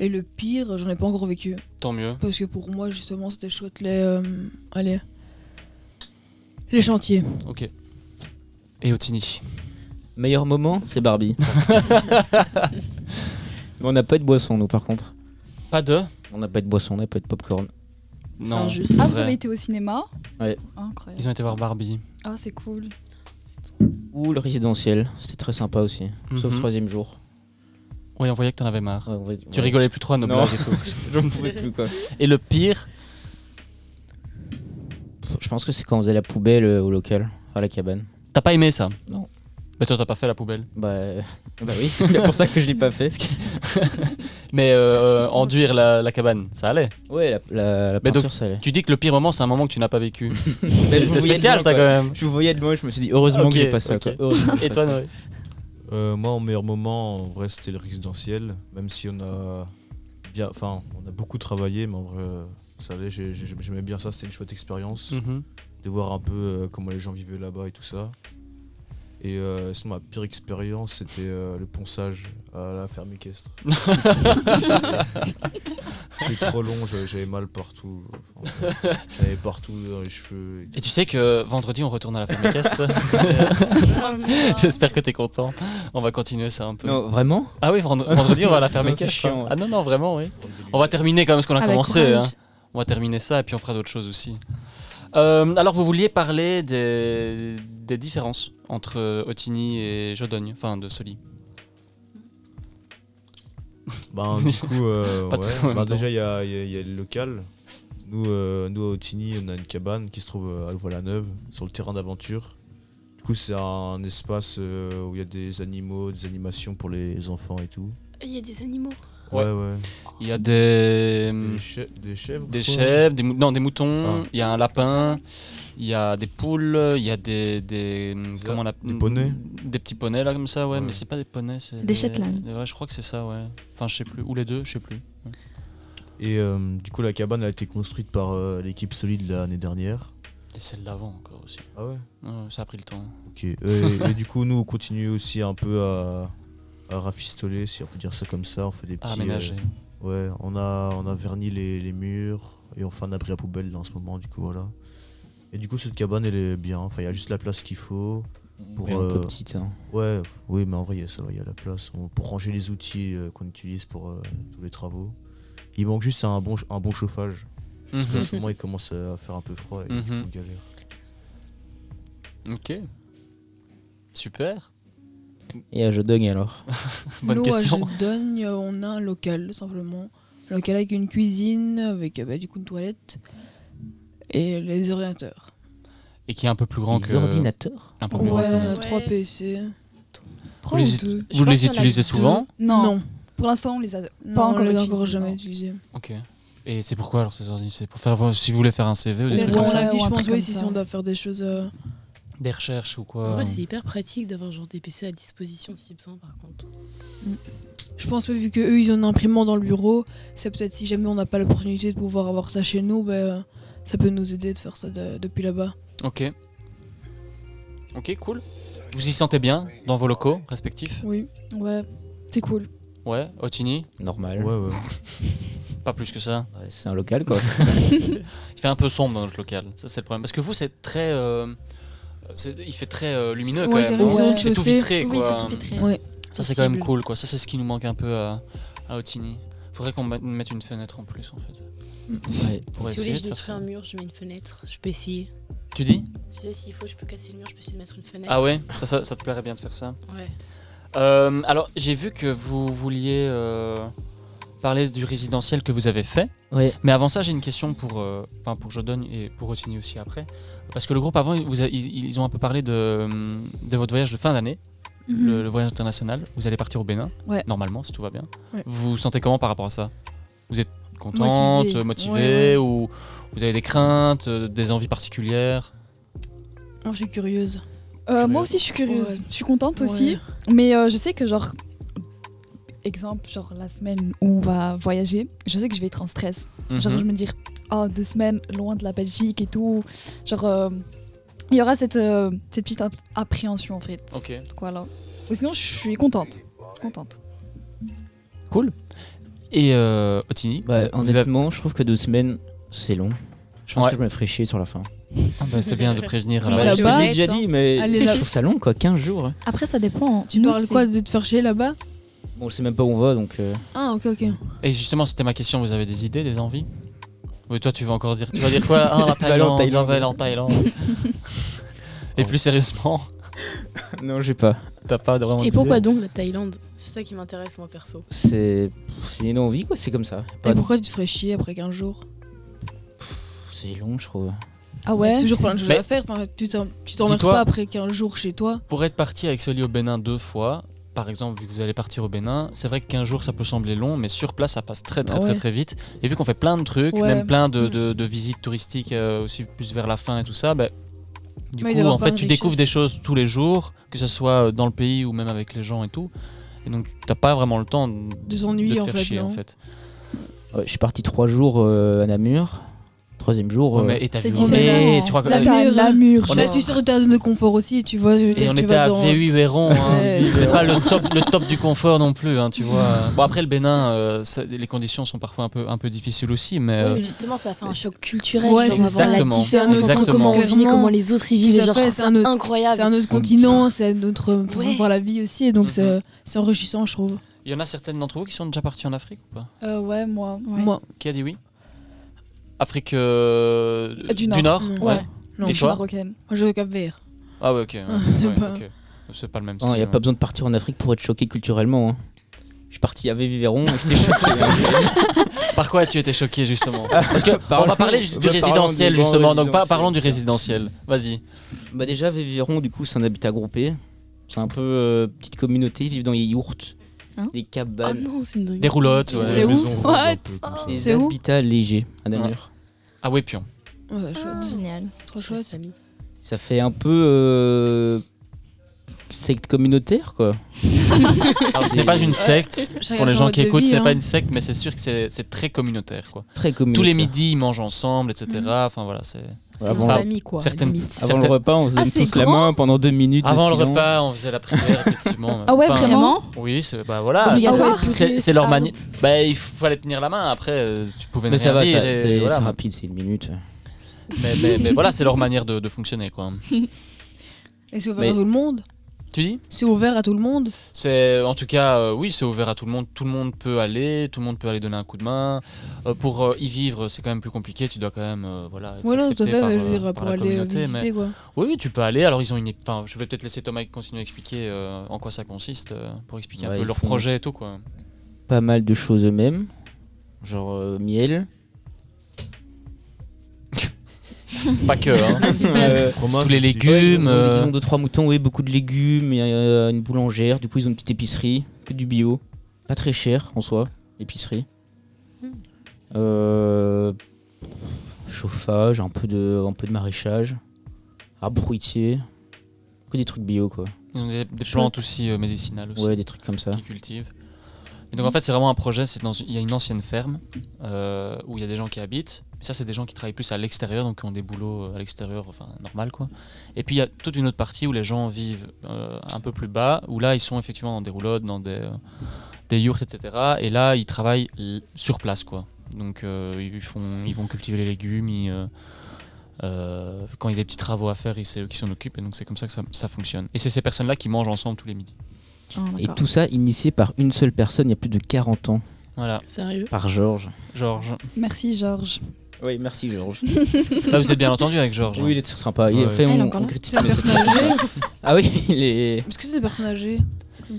[SPEAKER 18] Et le pire, j'en ai pas encore vécu.
[SPEAKER 3] Tant mieux.
[SPEAKER 18] Parce que pour moi, justement, c'était chouette les. euh, allez. Les chantiers.
[SPEAKER 3] Ok. Et Otini.
[SPEAKER 19] Meilleur moment, c'est Barbie. Mais on n'a pas eu de boisson, nous, par contre.
[SPEAKER 3] Pas de
[SPEAKER 19] On n'a pas eu de boisson, on n'a pas eu de popcorn.
[SPEAKER 3] Non. injuste.
[SPEAKER 19] c'est
[SPEAKER 21] Ah, vous
[SPEAKER 19] vrai.
[SPEAKER 21] avez été au cinéma
[SPEAKER 19] Ouais.
[SPEAKER 21] Incroyable.
[SPEAKER 3] Ils ont été voir Barbie.
[SPEAKER 21] Ah, c'est cool.
[SPEAKER 19] Ou le résidentiel, c'était très sympa aussi. Sauf
[SPEAKER 3] Mhm.
[SPEAKER 19] troisième jour.
[SPEAKER 3] Oui, on voyait que t'en avais marre. Tu
[SPEAKER 19] ouais.
[SPEAKER 3] rigolais plus trop à nos
[SPEAKER 19] Non.
[SPEAKER 3] blagues et tout.
[SPEAKER 19] Je ne pouvais plus, quoi.
[SPEAKER 3] Et le pire,
[SPEAKER 19] Je pense que c'est quand on faisait la poubelle euh, au local, à la cabane.
[SPEAKER 3] t'as pas aimé ça
[SPEAKER 19] Non.
[SPEAKER 3] Bah toi, t'as pas fait la poubelle.
[SPEAKER 19] Bah, euh, bah oui, c'est pour ça que je l'ai pas fait.
[SPEAKER 3] Mais euh, enduire la, la cabane, ça allait.
[SPEAKER 19] Ouais, la, la, la
[SPEAKER 3] Mais
[SPEAKER 19] peinture,
[SPEAKER 3] donc,
[SPEAKER 19] ça allait.
[SPEAKER 3] Tu dis que le pire moment, c'est un moment que tu n'as pas vécu.
[SPEAKER 19] Mais
[SPEAKER 3] c'est
[SPEAKER 19] je vous voyais
[SPEAKER 3] c'est
[SPEAKER 19] de
[SPEAKER 3] spécial,
[SPEAKER 19] loin,
[SPEAKER 3] ça, quand
[SPEAKER 19] quoi.
[SPEAKER 3] même.
[SPEAKER 19] Je vous voyais de loin, je me suis dit, heureusement que
[SPEAKER 3] Ok,
[SPEAKER 19] j'ai pas ça,
[SPEAKER 3] ok.
[SPEAKER 19] quoi. Heureusement que j'ai
[SPEAKER 3] Et
[SPEAKER 19] pas
[SPEAKER 3] toi,
[SPEAKER 19] ça.
[SPEAKER 3] Noé
[SPEAKER 4] Euh, moi, en meilleur moment, en vrai, c'était le résidentiel. Même si on a bien, enfin, on a beaucoup travaillé, mais en vrai, euh, ça allait. j'ai- j'ai- J'aimais bien ça. C'était une chouette expérience
[SPEAKER 3] Mhm.
[SPEAKER 4] de voir un peu euh, comment les gens vivaient là-bas et tout ça. Et euh, sinon, ma pire expérience, c'était euh, le ponçage à la ferme équestre. c'était trop long. j'avais- J'avais mal partout. Enfin, j'avais partout dans les cheveux.
[SPEAKER 3] Et tu sais que vendredi, on retourne à la ferme équestre. J'espère que t'es content. On va continuer ça un peu.
[SPEAKER 19] Non, vraiment
[SPEAKER 3] Ah oui, vend- vendredi, on va à la ferme
[SPEAKER 19] Non, c'est
[SPEAKER 3] équestre.
[SPEAKER 19] chiant, ouais.
[SPEAKER 3] Ah non, non, vraiment, oui. On va terminer quand même ce qu'on a
[SPEAKER 19] Avec
[SPEAKER 3] commencé.
[SPEAKER 19] courage.
[SPEAKER 3] hein. On va terminer ça et puis on fera d'autres choses aussi. Euh, alors, vous vouliez parler des, des différences entre euh, Otini et Jodogne, enfin de Soli.
[SPEAKER 4] Ben, du coup, euh,
[SPEAKER 3] Pas tous
[SPEAKER 4] ouais.
[SPEAKER 3] en même
[SPEAKER 4] Ben,
[SPEAKER 3] temps.
[SPEAKER 4] déjà, il y a, il y a- il y a le local. Nous, euh, nous, à Otigny, on a une cabane qui se trouve euh, à Louvain-la-Neuve, sur le terrain d'aventure. Du coup, c'est un espace euh, où il y a des animaux, des animations pour les enfants et tout.
[SPEAKER 17] Il y a des animaux.
[SPEAKER 4] Ouais, ouais.
[SPEAKER 3] Il y a des. hum,
[SPEAKER 4] Des, chè- des chèvres
[SPEAKER 3] Des
[SPEAKER 4] quoi.
[SPEAKER 3] chèvres, des, mou- non, des moutons,
[SPEAKER 4] Ah.
[SPEAKER 3] il y a un lapin, il y a des poules, il y a des. des hum, comment on appelle-
[SPEAKER 4] des poneys
[SPEAKER 3] Des petits poneys là comme ça, ouais, mais c'est pas des poneys, c'est.
[SPEAKER 20] Des
[SPEAKER 3] les-
[SPEAKER 20] Shetland.
[SPEAKER 3] les- ouais, je crois que c'est ça, ouais. Enfin, je sais plus. Ou les deux, je sais plus.
[SPEAKER 4] Et euh, du coup, la cabane elle a été construite par euh, l'équipe solide l'année dernière.
[SPEAKER 3] Et celle d'avant encore aussi.
[SPEAKER 4] Ah ouais
[SPEAKER 3] Ça a pris le temps.
[SPEAKER 4] Ok. Euh, et, et du coup, nous, on continue aussi un peu à, à rafistoler, si on peut dire ça comme ça. On fait des
[SPEAKER 3] À
[SPEAKER 4] petits. euh,
[SPEAKER 3] aménager.
[SPEAKER 4] ouais, on a, on a verni les, les murs et on fait un abri à poubelle là, en ce moment, du coup, voilà. Et du coup, cette cabane, elle est bien. Enfin, il y a juste la place qu'il faut. Pour, euh,
[SPEAKER 19] Mais un peu petite, hein.
[SPEAKER 4] Ouais, oui, mais en vrai, il y a- ça va, il y a la place. On- pour ranger les outils euh, qu'on utilise pour euh, tous les travaux. Il manque juste un bon, ch- un bon chauffage. Parce
[SPEAKER 3] Mhm.
[SPEAKER 4] qu'en ce moment, il commence à faire un peu froid et du coup,
[SPEAKER 3] Mhm.
[SPEAKER 4] on galère.
[SPEAKER 3] Ok. Super.
[SPEAKER 19] Et euh, à Jodogne, alors
[SPEAKER 18] Nous, à Jodogne, euh, on a un local, simplement. Un local avec une cuisine, avec euh, bah, du coup une toilette et les ordinateurs.
[SPEAKER 3] Et qui est un peu plus grand
[SPEAKER 19] Des
[SPEAKER 3] que.
[SPEAKER 19] ordinateurs
[SPEAKER 3] Un peu
[SPEAKER 18] Ouais,
[SPEAKER 3] plus grand. que
[SPEAKER 18] on a
[SPEAKER 3] nous.
[SPEAKER 18] 3 PC.
[SPEAKER 3] Vous les, ut- vous les utilisez souvent
[SPEAKER 18] Non.
[SPEAKER 21] Pour l'instant, on les a
[SPEAKER 18] Non,
[SPEAKER 21] pas
[SPEAKER 18] on
[SPEAKER 21] encore
[SPEAKER 18] les a
[SPEAKER 21] utilisés.
[SPEAKER 18] encore jamais utilisés.
[SPEAKER 3] Ok. Et c'est pourquoi alors ces ordi C'est pour faire vos- si vous voulez faire un CV ou des
[SPEAKER 18] Ouais,
[SPEAKER 3] trucs
[SPEAKER 18] on
[SPEAKER 3] comme ça
[SPEAKER 18] l'a vu,
[SPEAKER 21] ou
[SPEAKER 18] je
[SPEAKER 21] un truc
[SPEAKER 18] pense,
[SPEAKER 21] comme
[SPEAKER 18] oui, si
[SPEAKER 21] ça.
[SPEAKER 18] si on doit faire des choses. euh,
[SPEAKER 3] Des recherches ou
[SPEAKER 17] En
[SPEAKER 3] quoi euh.
[SPEAKER 17] vrai, c'est hyper pratique d'avoir genre des PC à disposition si besoin, par contre.
[SPEAKER 18] Je pense que vu que eux ils ont un imprimant dans le bureau, c'est peut-être si jamais on n'a pas l'opportunité de pouvoir avoir ça chez nous, bah, euh, ça peut nous aider de faire ça de- depuis là-bas.
[SPEAKER 3] Ok. Ok, cool. Vous y sentez bien dans vos locaux respectifs
[SPEAKER 18] Oui.
[SPEAKER 21] Ouais, c'est cool.
[SPEAKER 3] Ouais, Otini
[SPEAKER 19] Normal.
[SPEAKER 4] Ouais, ouais.
[SPEAKER 3] Pas plus que ça.
[SPEAKER 19] c'est un local, quoi.
[SPEAKER 3] il fait un peu sombre dans notre local, ça c'est le problème. Parce que vous, c'est très. euh, c'est- il fait très euh, lumineux quand
[SPEAKER 18] Ouais, c'est
[SPEAKER 3] même.
[SPEAKER 18] vrai,
[SPEAKER 3] hein,
[SPEAKER 18] c'est vrai.
[SPEAKER 3] parce que c'est tout
[SPEAKER 18] Chaussée.
[SPEAKER 3] vitré
[SPEAKER 18] Oui,
[SPEAKER 3] quoi.
[SPEAKER 18] c'est tout vitré. Ouais.
[SPEAKER 3] Ça c'est quand même
[SPEAKER 18] Possible.
[SPEAKER 3] cool quoi. Ça c'est ce qui nous manque un peu à, à Otigny. Faudrait qu'on mette- mette une fenêtre en plus en fait.
[SPEAKER 19] Ouais.
[SPEAKER 3] Pour
[SPEAKER 17] si vous voulez,
[SPEAKER 3] essayer
[SPEAKER 17] je
[SPEAKER 3] de faire
[SPEAKER 17] détruis
[SPEAKER 3] ça.
[SPEAKER 17] un mur, je mets une fenêtre. Je peux essayer.
[SPEAKER 3] Tu dis
[SPEAKER 17] Je sais, s'il faut, je peux casser le mur, je peux essayer de mettre une fenêtre.
[SPEAKER 3] Ah ouais ça, ça, ça te plairait bien de faire ça
[SPEAKER 17] Ouais.
[SPEAKER 3] Euh, alors, j'ai vu que vous vouliez euh, parler du résidentiel que vous avez fait.
[SPEAKER 19] Ouais.
[SPEAKER 3] Mais avant ça, j'ai une question pour, euh, enfin pour Jodogne et pour Rotigny aussi après. Parce que le groupe avant, vous a- ils, ils ont un peu parlé de, euh, de votre voyage de fin d'année,
[SPEAKER 21] Mhm.
[SPEAKER 3] le, le voyage international. Vous allez partir au Bénin,
[SPEAKER 21] Ouais.
[SPEAKER 3] normalement, si tout va bien.
[SPEAKER 21] Ouais.
[SPEAKER 3] Vous vous sentez comment par rapport à ça Vous êtes contente,
[SPEAKER 21] Motivée.
[SPEAKER 3] motivée,
[SPEAKER 18] Ouais, ouais.
[SPEAKER 3] ou vous avez des craintes, euh, des envies particulières
[SPEAKER 18] Moi, je suis curieuse.
[SPEAKER 21] Euh, moi aussi, je suis curieuse.
[SPEAKER 18] Ouais.
[SPEAKER 21] Je suis contente
[SPEAKER 18] Ouais.
[SPEAKER 21] aussi. Mais euh, je sais que, genre, exemple, genre la semaine où on va voyager, je sais que je vais être en stress. Genre,
[SPEAKER 18] Mhm.
[SPEAKER 21] je me dire, oh, deux semaines loin de la Belgique et tout. Genre, euh, il y aura cette, euh, cette petite ap- appréhension en fait.
[SPEAKER 3] Ok.
[SPEAKER 21] Donc, voilà. Ou sinon, je suis contente. Je suis contente.
[SPEAKER 3] Cool. et euh, Otini.
[SPEAKER 19] Bah,
[SPEAKER 3] Vous avez-
[SPEAKER 19] honnêtement, je trouve que deux semaines, c'est long. Je pense
[SPEAKER 3] Ouais.
[SPEAKER 19] que je me ferai chier sur la fin.
[SPEAKER 3] Ah bah, c'est bien de prévenir,
[SPEAKER 19] Bah,
[SPEAKER 3] alors.
[SPEAKER 19] je
[SPEAKER 3] Là-bas,
[SPEAKER 19] l'ai déjà
[SPEAKER 3] attends.
[SPEAKER 19] dit, mais
[SPEAKER 18] Allez,
[SPEAKER 19] je
[SPEAKER 18] là-
[SPEAKER 19] trouve ça long, quoi. 15 jours. hein.
[SPEAKER 20] Après, ça dépend.
[SPEAKER 18] Tu
[SPEAKER 20] Nous,
[SPEAKER 18] parles quoi de te faire chier là-bas
[SPEAKER 19] Bon, je sais même pas où on va, donc. euh,
[SPEAKER 18] Ah, ok, ok.
[SPEAKER 3] Et justement, c'était ma question. Vous avez des idées, des envies Oui, toi, tu vas encore dire. Tu vas dire quoi Ah, la
[SPEAKER 19] Tu vas aller en
[SPEAKER 3] Thaïlande, on va
[SPEAKER 19] Thaïlande.
[SPEAKER 3] aller en Thaïlande. Et plus sérieusement,
[SPEAKER 19] Non, j'ai pas.
[SPEAKER 3] T'as pas vraiment.
[SPEAKER 17] Et pourquoi donc la Thaïlande C'est ça qui m'intéresse moi perso.
[SPEAKER 19] C'est c'est une envie, quoi. C'est comme ça. Pas
[SPEAKER 18] Et
[SPEAKER 19] de-
[SPEAKER 18] pourquoi tu te ferais chier après 15 jours
[SPEAKER 19] C'est long, je trouve.
[SPEAKER 18] Ah ouais Toujours plein de choses
[SPEAKER 3] Mais-
[SPEAKER 18] à faire. Enfin, tu t'en- tu t'emmerdes
[SPEAKER 3] Dis-toi-
[SPEAKER 18] pas après 15 jours chez toi.
[SPEAKER 3] Pour être parti avec Soli au Bénin deux fois, par exemple, vu que vous allez partir au Bénin, c'est vrai que 15 jours ça peut sembler long, mais sur place ça passe très très
[SPEAKER 18] Ah Ouais.
[SPEAKER 3] très très vite. Et vu qu'on fait plein de trucs,
[SPEAKER 18] Ouais. Mm.
[SPEAKER 3] même plein de, de- de visites touristiques euh, aussi plus vers la fin et tout ça, bah, du
[SPEAKER 18] Mais il doit y
[SPEAKER 3] coup
[SPEAKER 18] avoir
[SPEAKER 3] en
[SPEAKER 18] plein
[SPEAKER 3] fait
[SPEAKER 18] de
[SPEAKER 3] tu découvres
[SPEAKER 18] richesses.
[SPEAKER 3] des choses tous les jours, que ce soit euh, dans le pays ou même avec les gens et tout. Et donc t'as pas vraiment le temps de,
[SPEAKER 18] s'ennuyer,
[SPEAKER 3] te
[SPEAKER 18] en
[SPEAKER 3] faire
[SPEAKER 18] fait,
[SPEAKER 3] chier
[SPEAKER 18] non
[SPEAKER 3] en fait.
[SPEAKER 19] Ouais, je suis parti trois jours euh, à Namur. Troisième jour.
[SPEAKER 3] Ouais,
[SPEAKER 19] euh,
[SPEAKER 3] mais- et t'as C'est vu- différent. mais tu crois que-
[SPEAKER 18] La
[SPEAKER 3] Namur,
[SPEAKER 18] mur,
[SPEAKER 3] hein. On
[SPEAKER 18] Là,
[SPEAKER 3] est-
[SPEAKER 18] tu sors de ta zone de confort aussi, tu vois. je-
[SPEAKER 3] Et on
[SPEAKER 18] tu
[SPEAKER 3] était
[SPEAKER 18] vas
[SPEAKER 3] à
[SPEAKER 18] dans-
[SPEAKER 3] V8 Véron, hein.
[SPEAKER 18] Ouais.
[SPEAKER 3] c'est pas le top, le top du confort non plus, hein, tu vois. Bon après le Bénin, euh, ça- les conditions sont parfois un peu, un peu difficiles aussi, mais... euh,
[SPEAKER 17] Oui, mais justement, ça fait un choc culturel.
[SPEAKER 18] Ouais,
[SPEAKER 17] genre,
[SPEAKER 18] c'est
[SPEAKER 17] avoir la
[SPEAKER 3] Exactement.
[SPEAKER 17] différence entre
[SPEAKER 3] Exactement.
[SPEAKER 17] comment on vit,
[SPEAKER 18] Clairement.
[SPEAKER 17] comment les autres y vivent.
[SPEAKER 18] Tout
[SPEAKER 17] et
[SPEAKER 18] à
[SPEAKER 17] genre, je
[SPEAKER 18] fait,
[SPEAKER 17] trouve
[SPEAKER 18] c'est
[SPEAKER 17] ça
[SPEAKER 18] un autre-
[SPEAKER 17] incroyable.
[SPEAKER 18] C'est un autre continent, c'est notre façon de voir la vie aussi, et donc
[SPEAKER 3] Mm-hmm.
[SPEAKER 18] c'est- euh, c'est enrichissant, je trouve.
[SPEAKER 3] Il y en a certaines d'entre vous qui sont déjà parties en Afrique ou pas
[SPEAKER 21] Euh, ouais, moi.
[SPEAKER 18] Moi.
[SPEAKER 3] Qui a dit oui Afrique euh,
[SPEAKER 18] Ah,
[SPEAKER 21] Euh, Du Nord.
[SPEAKER 3] ouais.
[SPEAKER 17] Mm.
[SPEAKER 18] Mm.
[SPEAKER 21] Ouais. Non,
[SPEAKER 3] Et
[SPEAKER 21] je suis
[SPEAKER 3] toi
[SPEAKER 21] marocaine.
[SPEAKER 18] Moi, je vais au Cap Vert.
[SPEAKER 3] Ah ouais, ok. ouais,
[SPEAKER 18] C'est
[SPEAKER 3] ouais,
[SPEAKER 18] pas-
[SPEAKER 3] ok. C'est pas le même
[SPEAKER 19] Il
[SPEAKER 3] style.
[SPEAKER 19] n'y Oh, a
[SPEAKER 3] ouais.
[SPEAKER 19] pas besoin de partir en Afrique pour être choqué culturellement. hein. Je suis parti à Vévéron et j'étais choqué. hein.
[SPEAKER 3] Par quoi tu étais choqué justement Parce que on
[SPEAKER 19] Parlons-
[SPEAKER 3] va parler du-
[SPEAKER 19] bah,
[SPEAKER 3] du
[SPEAKER 19] parlons
[SPEAKER 3] résidentiel
[SPEAKER 19] du grand
[SPEAKER 3] justement, donc par-
[SPEAKER 19] résidentiel,
[SPEAKER 3] parlons du
[SPEAKER 19] tiens.
[SPEAKER 3] résidentiel. Vas-y.
[SPEAKER 19] Bah déjà, Vévéron, du coup, c'est un habitat groupé. C'est un peu euh, petite communauté, ils vivent dans les yourtes,
[SPEAKER 17] Hein
[SPEAKER 19] des cabanes,
[SPEAKER 17] Ah non, c'est une dinguerie.
[SPEAKER 3] Des roulottes, ouais.
[SPEAKER 17] C'est où What Oh,
[SPEAKER 19] des
[SPEAKER 17] C'est où
[SPEAKER 19] habitats légers à Namur.
[SPEAKER 3] Ah ouais, pion.
[SPEAKER 17] Ah,
[SPEAKER 18] Ouais, chouette.
[SPEAKER 20] Génial.
[SPEAKER 18] Trop chouette.
[SPEAKER 19] Ça fait un peu euh, secte communautaire, quoi.
[SPEAKER 3] Alors ce
[SPEAKER 19] C'est-
[SPEAKER 3] n'est pas une secte.
[SPEAKER 18] Chacun
[SPEAKER 3] Pour les
[SPEAKER 18] son
[SPEAKER 3] gens
[SPEAKER 18] mode
[SPEAKER 3] qui
[SPEAKER 18] de
[SPEAKER 3] écoutent,
[SPEAKER 18] vie,
[SPEAKER 3] ce n'est pas
[SPEAKER 18] hein.
[SPEAKER 3] une secte, mais c'est sûr que c'est c'est très communautaire. Quoi.
[SPEAKER 19] Très
[SPEAKER 3] Tous les
[SPEAKER 19] communautaire.
[SPEAKER 3] midis, ils mangent ensemble, etc. Enfin voilà, c'est.
[SPEAKER 19] C'est Avant- une famille,
[SPEAKER 17] quoi,
[SPEAKER 3] Certaines,
[SPEAKER 17] limite.
[SPEAKER 19] Avant
[SPEAKER 3] certaines-
[SPEAKER 19] le repas, on faisait
[SPEAKER 3] Ah, c'est
[SPEAKER 19] tous la
[SPEAKER 3] grand
[SPEAKER 19] main pendant deux minutes. de
[SPEAKER 3] Avant le
[SPEAKER 19] silence.
[SPEAKER 3] repas, on faisait la prière, effectivement.
[SPEAKER 19] Ah ouais,
[SPEAKER 20] vraiment
[SPEAKER 3] Oui, c'est bah voilà,
[SPEAKER 20] Obligatoire
[SPEAKER 3] c'est- c'est c'est leur manière. Bah il fallait tenir la main. Après, euh, tu pouvais ne
[SPEAKER 19] Mais ça
[SPEAKER 3] rien
[SPEAKER 19] va,
[SPEAKER 3] dire.
[SPEAKER 19] ça-
[SPEAKER 3] et
[SPEAKER 19] c'est
[SPEAKER 3] voilà.
[SPEAKER 19] c'est rapide, c'est une minute.
[SPEAKER 3] Mais, mais- mais voilà, c'est leur manière de, de fonctionner, quoi.
[SPEAKER 18] Et c'est ouvert
[SPEAKER 3] Mais-
[SPEAKER 18] à tout le monde.
[SPEAKER 3] Tu dis
[SPEAKER 18] C'est ouvert à tout le monde.
[SPEAKER 3] C'est en tout cas, euh, oui, c'est ouvert à tout le monde. Tout le monde peut aller, tout le monde peut aller donner un coup de main. Euh, pour euh, y vivre, c'est quand même plus compliqué. Tu dois quand même, euh, voilà. Être
[SPEAKER 18] Ouais, non,
[SPEAKER 3] accepté
[SPEAKER 18] tout à fait,
[SPEAKER 3] par,
[SPEAKER 18] mais je
[SPEAKER 3] euh,
[SPEAKER 18] veux dire,
[SPEAKER 3] par
[SPEAKER 18] pour
[SPEAKER 3] la
[SPEAKER 18] aller, euh,
[SPEAKER 3] communauté,
[SPEAKER 18] visiter,
[SPEAKER 3] mais-
[SPEAKER 18] quoi.
[SPEAKER 3] Oui, oui, tu peux aller. Alors ils ont une, enfin, je vais peut-être laisser Thomas continuer à expliquer euh, en quoi ça consiste, euh, pour expliquer
[SPEAKER 19] Ouais,
[SPEAKER 3] un peu
[SPEAKER 19] ils
[SPEAKER 3] leur
[SPEAKER 19] font-
[SPEAKER 3] projet et tout, quoi.
[SPEAKER 19] Pas mal de choses eux-mêmes, genre euh, miel.
[SPEAKER 3] Pas que, hein. Ah, super. Fromage Tous les aussi.
[SPEAKER 19] Ouais, ils, ont, ils ont-
[SPEAKER 3] légumes, euh.
[SPEAKER 19] ils ont deux trois moutons, oui, beaucoup de légumes, et, euh, une boulangère. Du coup, ils ont une petite épicerie, que du bio, pas très cher en soi, épicerie. Euh, chauffage, un peu de, un peu de maraîchage, arbre fruitier, que des trucs bio quoi.
[SPEAKER 3] Ils ont des, des plantes aussi euh, médicinales aussi.
[SPEAKER 19] Ouais, des trucs comme ça.
[SPEAKER 3] Qu'ils cultivent. Et donc en fait, c'est vraiment un projet. C'est dans, il y a une ancienne ferme euh, où il y a des gens qui habitent. Mais ça, c'est des gens qui travaillent plus à l'extérieur, donc qui ont des boulots euh, à l'extérieur, enfin normal quoi. Et puis il y a toute une autre partie où les gens vivent euh, un peu plus bas, où là ils sont effectivement dans des roulottes, dans des euh, des yurts, etc. Et là, ils travaillent l- sur place quoi. Donc euh, ils font, ils vont cultiver les légumes. Ils, euh, euh, quand il y a des petits travaux à faire, ils- c'est eux qui s'en occupent et donc c'est comme ça que ça, ça fonctionne. Et c'est ces personnes-là qui mangent ensemble tous les midis.
[SPEAKER 19] Et tout ça initié par une seule personne il y a plus de 40 ans.
[SPEAKER 3] Voilà. Sérieux
[SPEAKER 19] Par Georges.
[SPEAKER 3] Georges.
[SPEAKER 21] Merci, Georges.
[SPEAKER 19] Oui, merci Georges.
[SPEAKER 3] Là, Ah, vous êtes bien entendu avec Georges. hein.
[SPEAKER 19] Oui, il est très sympa. Il,
[SPEAKER 3] Ouais.
[SPEAKER 19] fait,
[SPEAKER 3] Ah, il est
[SPEAKER 19] on,
[SPEAKER 3] encore
[SPEAKER 19] on
[SPEAKER 3] là
[SPEAKER 19] critique,
[SPEAKER 18] C'est un
[SPEAKER 19] mais c'est très
[SPEAKER 18] personnage
[SPEAKER 19] sympa. Ah oui, il est. Ah
[SPEAKER 18] Est-ce que c'est des personnes âgées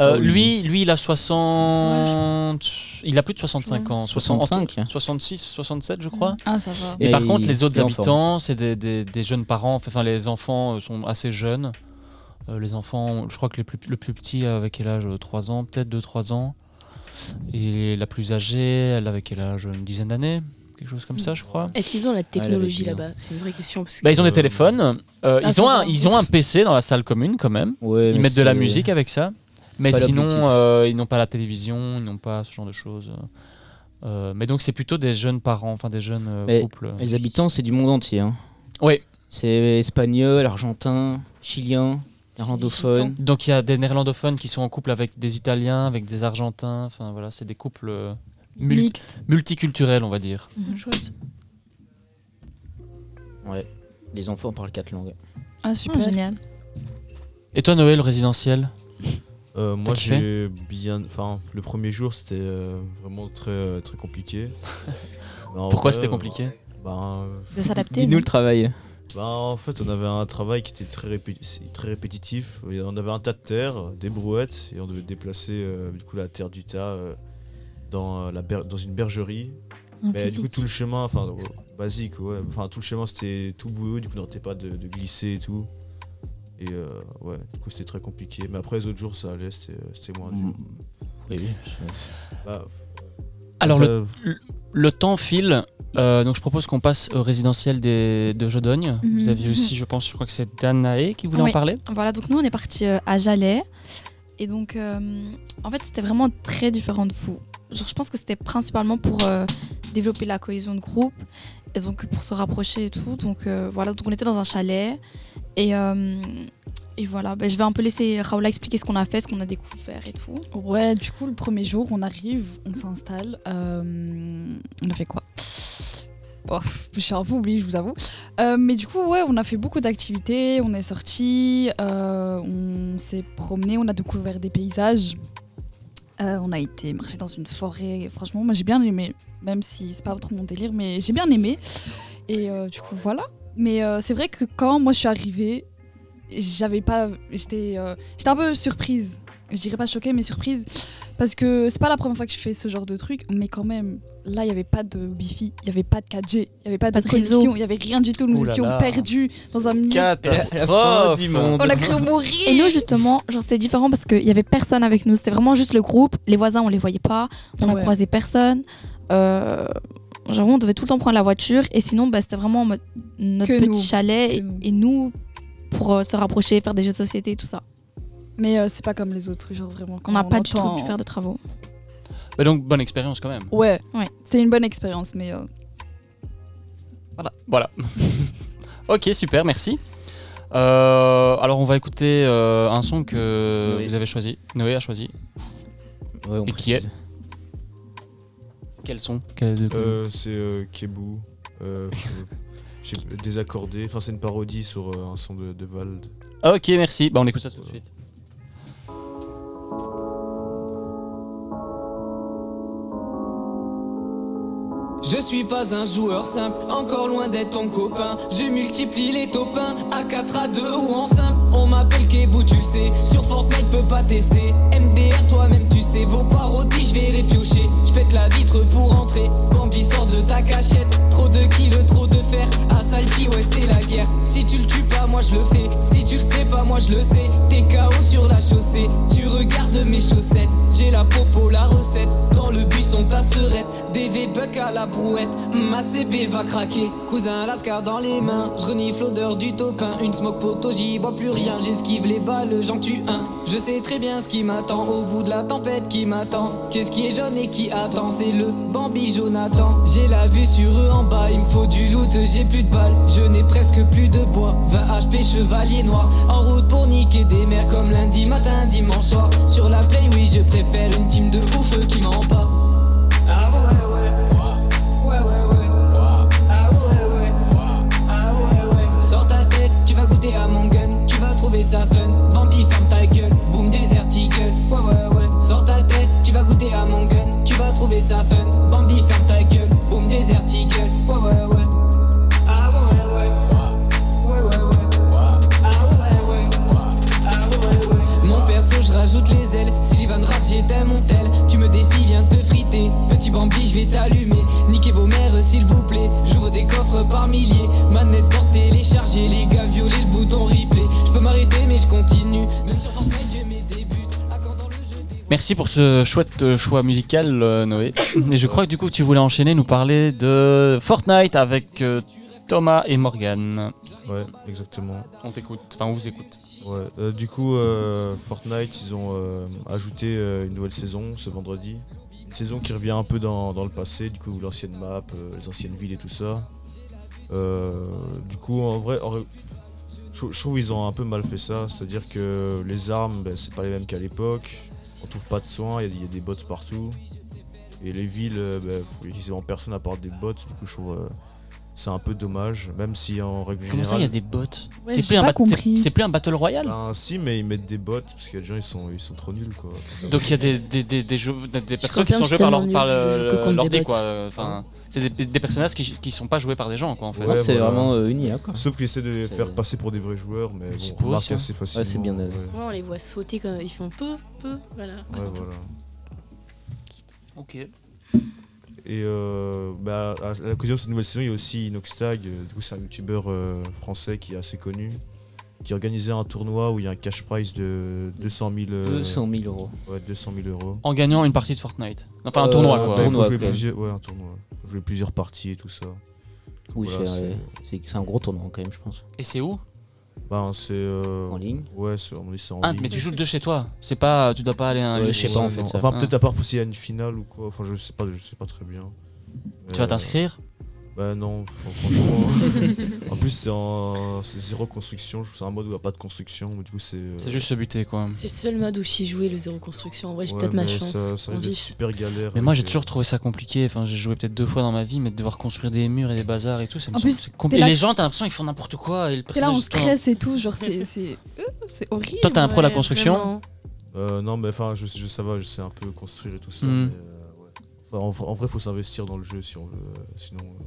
[SPEAKER 17] Ah
[SPEAKER 3] Euh, lui, lui, il a 60. Il a plus de 65 ans. 60
[SPEAKER 19] 65.
[SPEAKER 3] 66, 67, je crois.
[SPEAKER 21] Ah, ça va.
[SPEAKER 3] Et
[SPEAKER 19] Mais
[SPEAKER 3] par contre,
[SPEAKER 19] il
[SPEAKER 3] les autres
[SPEAKER 19] est en forme.
[SPEAKER 3] habitants, c'est des, des- des jeunes parents. Enfin, les enfants euh, sont assez jeunes. Euh, les enfants, je crois que les plus- le plus petit avait quel âge 3 ans, peut-être 2-3 ans. Et la plus âgée, elle avait quel âge Une dizaine d'années Quelque chose comme ça, je crois.
[SPEAKER 17] Mm. Est-ce qu'ils ont la
[SPEAKER 3] avait
[SPEAKER 17] technologie
[SPEAKER 3] dit, hein.
[SPEAKER 17] là-bas C'est une vraie question. Parce que...
[SPEAKER 3] Bah, ils ont des téléphones. Euh,
[SPEAKER 17] Ah,
[SPEAKER 3] ils,
[SPEAKER 17] ça
[SPEAKER 3] ont
[SPEAKER 17] va,
[SPEAKER 3] un, ils ont un PC dans la salle commune quand même.
[SPEAKER 19] Ouais, mais
[SPEAKER 3] ils mettent de la
[SPEAKER 19] c'est-
[SPEAKER 3] musique avec ça. Mais
[SPEAKER 19] pas
[SPEAKER 3] sinon,
[SPEAKER 19] l'objectif.
[SPEAKER 3] euh, ils n'ont pas la télévision, ils n'ont pas ce genre de choses. Euh, mais donc, c'est plutôt des jeunes parents, enfin des jeunes euh,
[SPEAKER 19] Mais
[SPEAKER 3] couples.
[SPEAKER 19] les habitants, c'est du monde entier. Hein.
[SPEAKER 3] Oui.
[SPEAKER 19] C'est espagnol, argentin, chilien, néerlandophone.
[SPEAKER 3] Donc, il y a des néerlandophones qui sont en couple avec des Italiens, avec des Argentins. Enfin, voilà, c'est des couples euh, mul-
[SPEAKER 21] Mixte.
[SPEAKER 3] multiculturel, on va dire.
[SPEAKER 17] Mm,
[SPEAKER 18] Chouette.
[SPEAKER 19] Ouais. Les enfants parlent quatre langues.
[SPEAKER 21] Ah,
[SPEAKER 3] Oh,
[SPEAKER 21] super. génial.
[SPEAKER 3] Et toi, Noël, résidentiel
[SPEAKER 4] Euh,
[SPEAKER 3] T'as
[SPEAKER 4] moi
[SPEAKER 3] kiffé
[SPEAKER 4] j'ai bien. Enfin, le premier jour c'était euh, vraiment très, euh, très compliqué. Mais en
[SPEAKER 3] Pourquoi
[SPEAKER 4] vrai,
[SPEAKER 3] c'était
[SPEAKER 4] euh,
[SPEAKER 3] compliqué
[SPEAKER 4] ben,
[SPEAKER 19] De s'adapter, Dis-nous non le travail.
[SPEAKER 4] Ben, en fait, on avait un travail qui était très, répé- très répétitif. Et On avait un tas de terre, des brouettes, et on devait déplacer euh, du coup la terre du tas euh, dans, euh, la ber- dans une bergerie.
[SPEAKER 11] En
[SPEAKER 4] Mais du coup,
[SPEAKER 11] physique.
[SPEAKER 4] tout le chemin, enfin, euh, basique, ouais. Enfin, tout le chemin c'était tout boueux, du coup, on n'arrêtait pas de, de glisser et tout. Et euh, ouais, du coup, c'était très compliqué. Mais après, les autres jours, ça allait, c'était euh, c'était moins
[SPEAKER 3] Mm.
[SPEAKER 4] dur. Bah,
[SPEAKER 3] Alors,
[SPEAKER 4] ça- euh,
[SPEAKER 3] le, le- le temps file. euh, donc, je propose qu'on passe au résidentiel des, de Jodogne. Vous
[SPEAKER 20] Mhm.
[SPEAKER 3] aviez aussi, je pense, je crois que c'est Danae qui voulait
[SPEAKER 20] Oui.
[SPEAKER 3] en parler.
[SPEAKER 20] Voilà, donc nous on est parti à Jalais. Et donc, euh, en fait, c'était vraiment très différent de vous. Genre, je pense que c'était principalement pour euh, développer la cohésion de groupe et donc pour se rapprocher et tout. Donc euh, voilà, donc on était dans un chalet et, euh, et voilà. Ben, je vais un peu laisser Raoula expliquer ce qu'on a fait, ce qu'on a découvert et tout.
[SPEAKER 21] Ouais, du coup, le premier jour, on arrive, on s'installe. euh, on a fait quoi Oh, je suis un peu oubliée, je vous avoue. Euh, mais du coup, ouais, on a fait beaucoup d'activités, on est sortis, euh, on s'est promené, on a découvert des paysages. Euh, on a été marcher dans une forêt. et Franchement, moi j'ai bien aimé, même si c'est pas trop mon délire, mais j'ai bien aimé. Et euh, du coup, voilà. Mais euh, c'est vrai que quand moi je suis arrivée, j'avais pas, j'étais, euh, j'étais un peu surprise. Je dirais pas choquée, mais surprise, parce que c'est pas la première fois que je fais ce genre de truc. Mais quand même, là, il y avait pas de wifi, il y avait pas de 4G, il y avait pas, Pas
[SPEAKER 20] de
[SPEAKER 21] de réseau.
[SPEAKER 20] connexion, il y avait rien du tout. Nous
[SPEAKER 21] Ouh là
[SPEAKER 20] étions
[SPEAKER 21] là.
[SPEAKER 20] perdus dans un milieu
[SPEAKER 3] Catastrophe
[SPEAKER 20] on l'a cru mourir. Et nous, justement, genre, c'était différent parce qu'il y avait personne avec nous. C'était vraiment juste le groupe. Les voisins, on les voyait pas. On a
[SPEAKER 12] Ouais.
[SPEAKER 20] croisé personne. Euh, genre, on devait tout le temps prendre la voiture. Et sinon, bah, c'était vraiment en mode notre
[SPEAKER 21] Que
[SPEAKER 20] petit
[SPEAKER 21] nous.
[SPEAKER 20] chalet et, et nous pour euh, se rapprocher, faire des jeux de société et tout ça.
[SPEAKER 21] Mais euh, c'est pas comme les autres, genre vraiment.
[SPEAKER 20] On
[SPEAKER 21] quand
[SPEAKER 20] n'a pas du tout
[SPEAKER 21] entend-
[SPEAKER 20] pu faire de travaux.
[SPEAKER 3] Bah donc, bonne expérience quand même.
[SPEAKER 21] Ouais, c'était une bonne expérience, mais euh,
[SPEAKER 3] Voilà. ok, super, merci. Euh, alors, on va écouter euh, un son que vous avez choisi. Noé a choisi.
[SPEAKER 19] Ouais, on
[SPEAKER 3] Et qui est
[SPEAKER 19] précise.
[SPEAKER 3] Quel son Quel-
[SPEAKER 4] Euh, c'est euh, Kebou, euh, j'ai- désaccordé. Enfin, c'est une parodie sur euh, un son de, de Vald.
[SPEAKER 3] Ok, merci. Bah, on écoute ça tout de suite.
[SPEAKER 2] Je suis pas un joueur simple, encore loin d'être ton copain. Je multiplie les topins à 4 à 2 ou en simple. On m'appelle Kebou, tu le sais. Sur Fortnite, peux pas tester. MDR, toi-même, tu sais. Vos parodies, je vais les piocher. Je pète la vitre pour entrer. Bambi sort de ta cachette. Trop de kills, trop de fer. Assalti, Ah, ouais, c'est la guerre. Si tu le tues pas, moi je le fais. Si tu le sais pas, moi je le sais. T'es KO sur la chaussée. Tu regardes mes chaussettes. J'ai la popo, la recette. Dans le buisson, ta serette. Des V-Bucks à la brouette. Ma CB va craquer. Cousin Alaska dans les mains. Je renifle l'odeur du topin. Une smoke poteau, j'y vois plus rien. J'esquive les balles, j'en tue un. Je sais très bien ce qui m'attend. Au bout de la tempête qui m'attend. Qu'est-ce qui est jaune et qui attend C'est le Bambi Jonathan. J'ai la vue sur eux en bas. Il me faut du loot, j'ai plus de balles. Je n'ai presque plus de bois. 20 HP chevalier noir. En route pour niquer des mers comme lundi matin, dimanche soir. Sur la play, oui, je préfère une team de ouf qui ment pas. Ah ouais, ouais. Ouais, ouais, ouais. Ah ouais, ouais. Ah ouais, ouais. Sors ta tête, tu vas goûter à mon gun. Tu vas trouver ça fun. Bambi, ferme ta gueule. Boom, désert, gueule. Ouais, ouais, ouais. Sors ta tête, tu vas goûter à mon gun. Tu vas trouver ça fun. Bambi, ferme ta gueule. Boom, désert, gueule. Ouais, ouais, ouais. Ah ouais, ouais. Ouais, ouais, ouais. Ah ouais, ouais. Ah ouais, ouais. Mon perso, je rajoute les ailes. Sullivan Rap, j'éteins mon tel. Tu me défies, viens te friter. Petit Bambi, je vais t'allumer. Niquez vos mères, s'il vous plaît. J'ouvre des coffres par milliers. Manette pour télécharger, les gars, violer le bouton replay. Je peux m'arrêter, mais je continue. Même sur Fortnite, je mets des buts.
[SPEAKER 3] Merci pour ce chouette euh, choix musical, euh, Noé. Et je crois que du coup, tu voulais enchaîner, nous parler de Fortnite avec euh, Thomas et Morgan.
[SPEAKER 4] Ouais, exactement.
[SPEAKER 3] On t'écoute, enfin on vous écoute.
[SPEAKER 4] Ouais. euh, du coup, euh, Fortnite, ils ont euh, ajouté euh, une nouvelle saison ce vendredi. Une saison qui revient un peu dans, dans le passé, du coup, l'ancienne map, euh, les anciennes villes et tout ça. Euh, du coup, en vrai, en vrai, je, je trouve qu'ils ont un peu mal fait ça. C'est-à-dire que les armes, ben, c'est pas les mêmes qu'à l'époque. On trouve pas de soins, il y, a- il y a des bots partout. Et les villes, euh, bah, il y a quasiment personne à part des bots, du coup je trouve euh, c'est un peu dommage, même si en règle
[SPEAKER 3] Comment
[SPEAKER 4] générale.
[SPEAKER 3] ça, il y a des bots Ouais, C'est j'ai plus un pas bat- compris. c'est- c'est plus un battle royale
[SPEAKER 19] Bah,
[SPEAKER 4] Ben, Si, mais ils mettent des bots parce qu'il y a des gens ils sont, ils sont trop nuls quoi.
[SPEAKER 3] Donc il y a des, des, des, des jeux- des- des personnes qui
[SPEAKER 4] confirme, je
[SPEAKER 3] sont jouées par,
[SPEAKER 4] suis
[SPEAKER 3] leur,
[SPEAKER 4] tellement nul,
[SPEAKER 3] par
[SPEAKER 4] je joue que
[SPEAKER 3] le-
[SPEAKER 4] contre
[SPEAKER 3] l'ordi
[SPEAKER 4] des bots.
[SPEAKER 3] quoi. Enfin, c'est des, des personnages qui, qui sont pas joués par des gens quoi en fait.
[SPEAKER 4] Ouais, voilà.
[SPEAKER 19] euh, une IA, quoi.
[SPEAKER 4] Sauf qu'ils essaient de les faire passer pour des vrais joueurs, mais
[SPEAKER 19] C'est
[SPEAKER 4] bon,
[SPEAKER 19] beau,
[SPEAKER 4] remarque
[SPEAKER 19] ça.
[SPEAKER 4] assez
[SPEAKER 19] Ouais,
[SPEAKER 4] facilement. euh,
[SPEAKER 19] c'est bien naze.
[SPEAKER 17] Ouais, on les voit sauter quand ils font peu, peu, voilà.
[SPEAKER 4] Ouais, voilà.
[SPEAKER 3] Ok.
[SPEAKER 4] Et euh, bah, à à l'occasion de cette nouvelle saison, il y a aussi Inoxtag, euh, du coup c'est un youtubeur euh, français qui est assez connu, qui organisait un tournoi où il y a un cash prize de 200 000, euh,
[SPEAKER 19] 200 000 euros.
[SPEAKER 4] Ouais, 200 000 euros.
[SPEAKER 3] En gagnant une partie de Fortnite. Enfin un tournoi
[SPEAKER 4] Euh,
[SPEAKER 3] quoi.
[SPEAKER 4] bah, il faut jouer plusieurs, ouais, un tournoi. Faut jouer plusieurs parties et tout ça.
[SPEAKER 19] Oui,
[SPEAKER 4] Voilà,
[SPEAKER 19] c'est, euh,
[SPEAKER 4] c'est-
[SPEAKER 19] c'est c'est un gros tournoi quand même, je pense.
[SPEAKER 3] Et c'est où
[SPEAKER 4] Ben, c'est. En ligne Ouais, c'est on dit c'est en
[SPEAKER 3] Ah,
[SPEAKER 4] ligne.
[SPEAKER 3] mais tu joues de chez toi. C'est pas, tu dois pas aller à un.
[SPEAKER 19] Ouais,
[SPEAKER 3] lieu.
[SPEAKER 19] je sais pas, en fait, ça.
[SPEAKER 4] Enfin,
[SPEAKER 3] Ah.
[SPEAKER 4] peut-être à part s'il y a une finale ou quoi. Enfin, je sais pas, je sais pas très bien. Euh,
[SPEAKER 3] Tu vas t'inscrire
[SPEAKER 4] Bah non, fran- franchement. en plus, c'est en- c'est zéro construction. je trouve que C'est un mode où il n'y a pas de construction. mais Du coup, c'est. euh,
[SPEAKER 3] C'est juste se buter quoi.
[SPEAKER 17] C'est le seul mode où j'ai joué le zéro construction. En vrai, j'ai
[SPEAKER 4] Ouais,
[SPEAKER 17] peut-être ma
[SPEAKER 4] mais
[SPEAKER 17] chance.
[SPEAKER 4] ça- ça
[SPEAKER 17] en
[SPEAKER 4] risque d'être
[SPEAKER 17] vif.
[SPEAKER 4] super galère.
[SPEAKER 3] Mais moi
[SPEAKER 4] avec
[SPEAKER 3] j'ai
[SPEAKER 4] les-
[SPEAKER 3] toujours trouvé ça compliqué. Enfin, j'ai joué peut-être deux fois dans ma vie, mais de devoir construire des murs et des bazars et tout, ça me
[SPEAKER 21] En
[SPEAKER 3] semble
[SPEAKER 21] plus,
[SPEAKER 3] c'est compli-
[SPEAKER 21] t'es là-
[SPEAKER 3] Et les gens, t'as l'impression ils font n'importe quoi et le
[SPEAKER 21] T'es là
[SPEAKER 3] personnage.
[SPEAKER 21] en
[SPEAKER 3] il se tourne.
[SPEAKER 21] stress et tout, genre c'est c'est euh, c'est horrible.
[SPEAKER 3] Toi, t'as un pro de la construction
[SPEAKER 4] Euh, non, mais enfin, je, je, ça va, je sais un peu construire et tout ça.
[SPEAKER 3] Hmm.
[SPEAKER 4] mais, euh, ouais. Enfin, en, vrai- en vrai, faut s'investir dans le jeu si on veut. euh, Sinon, euh,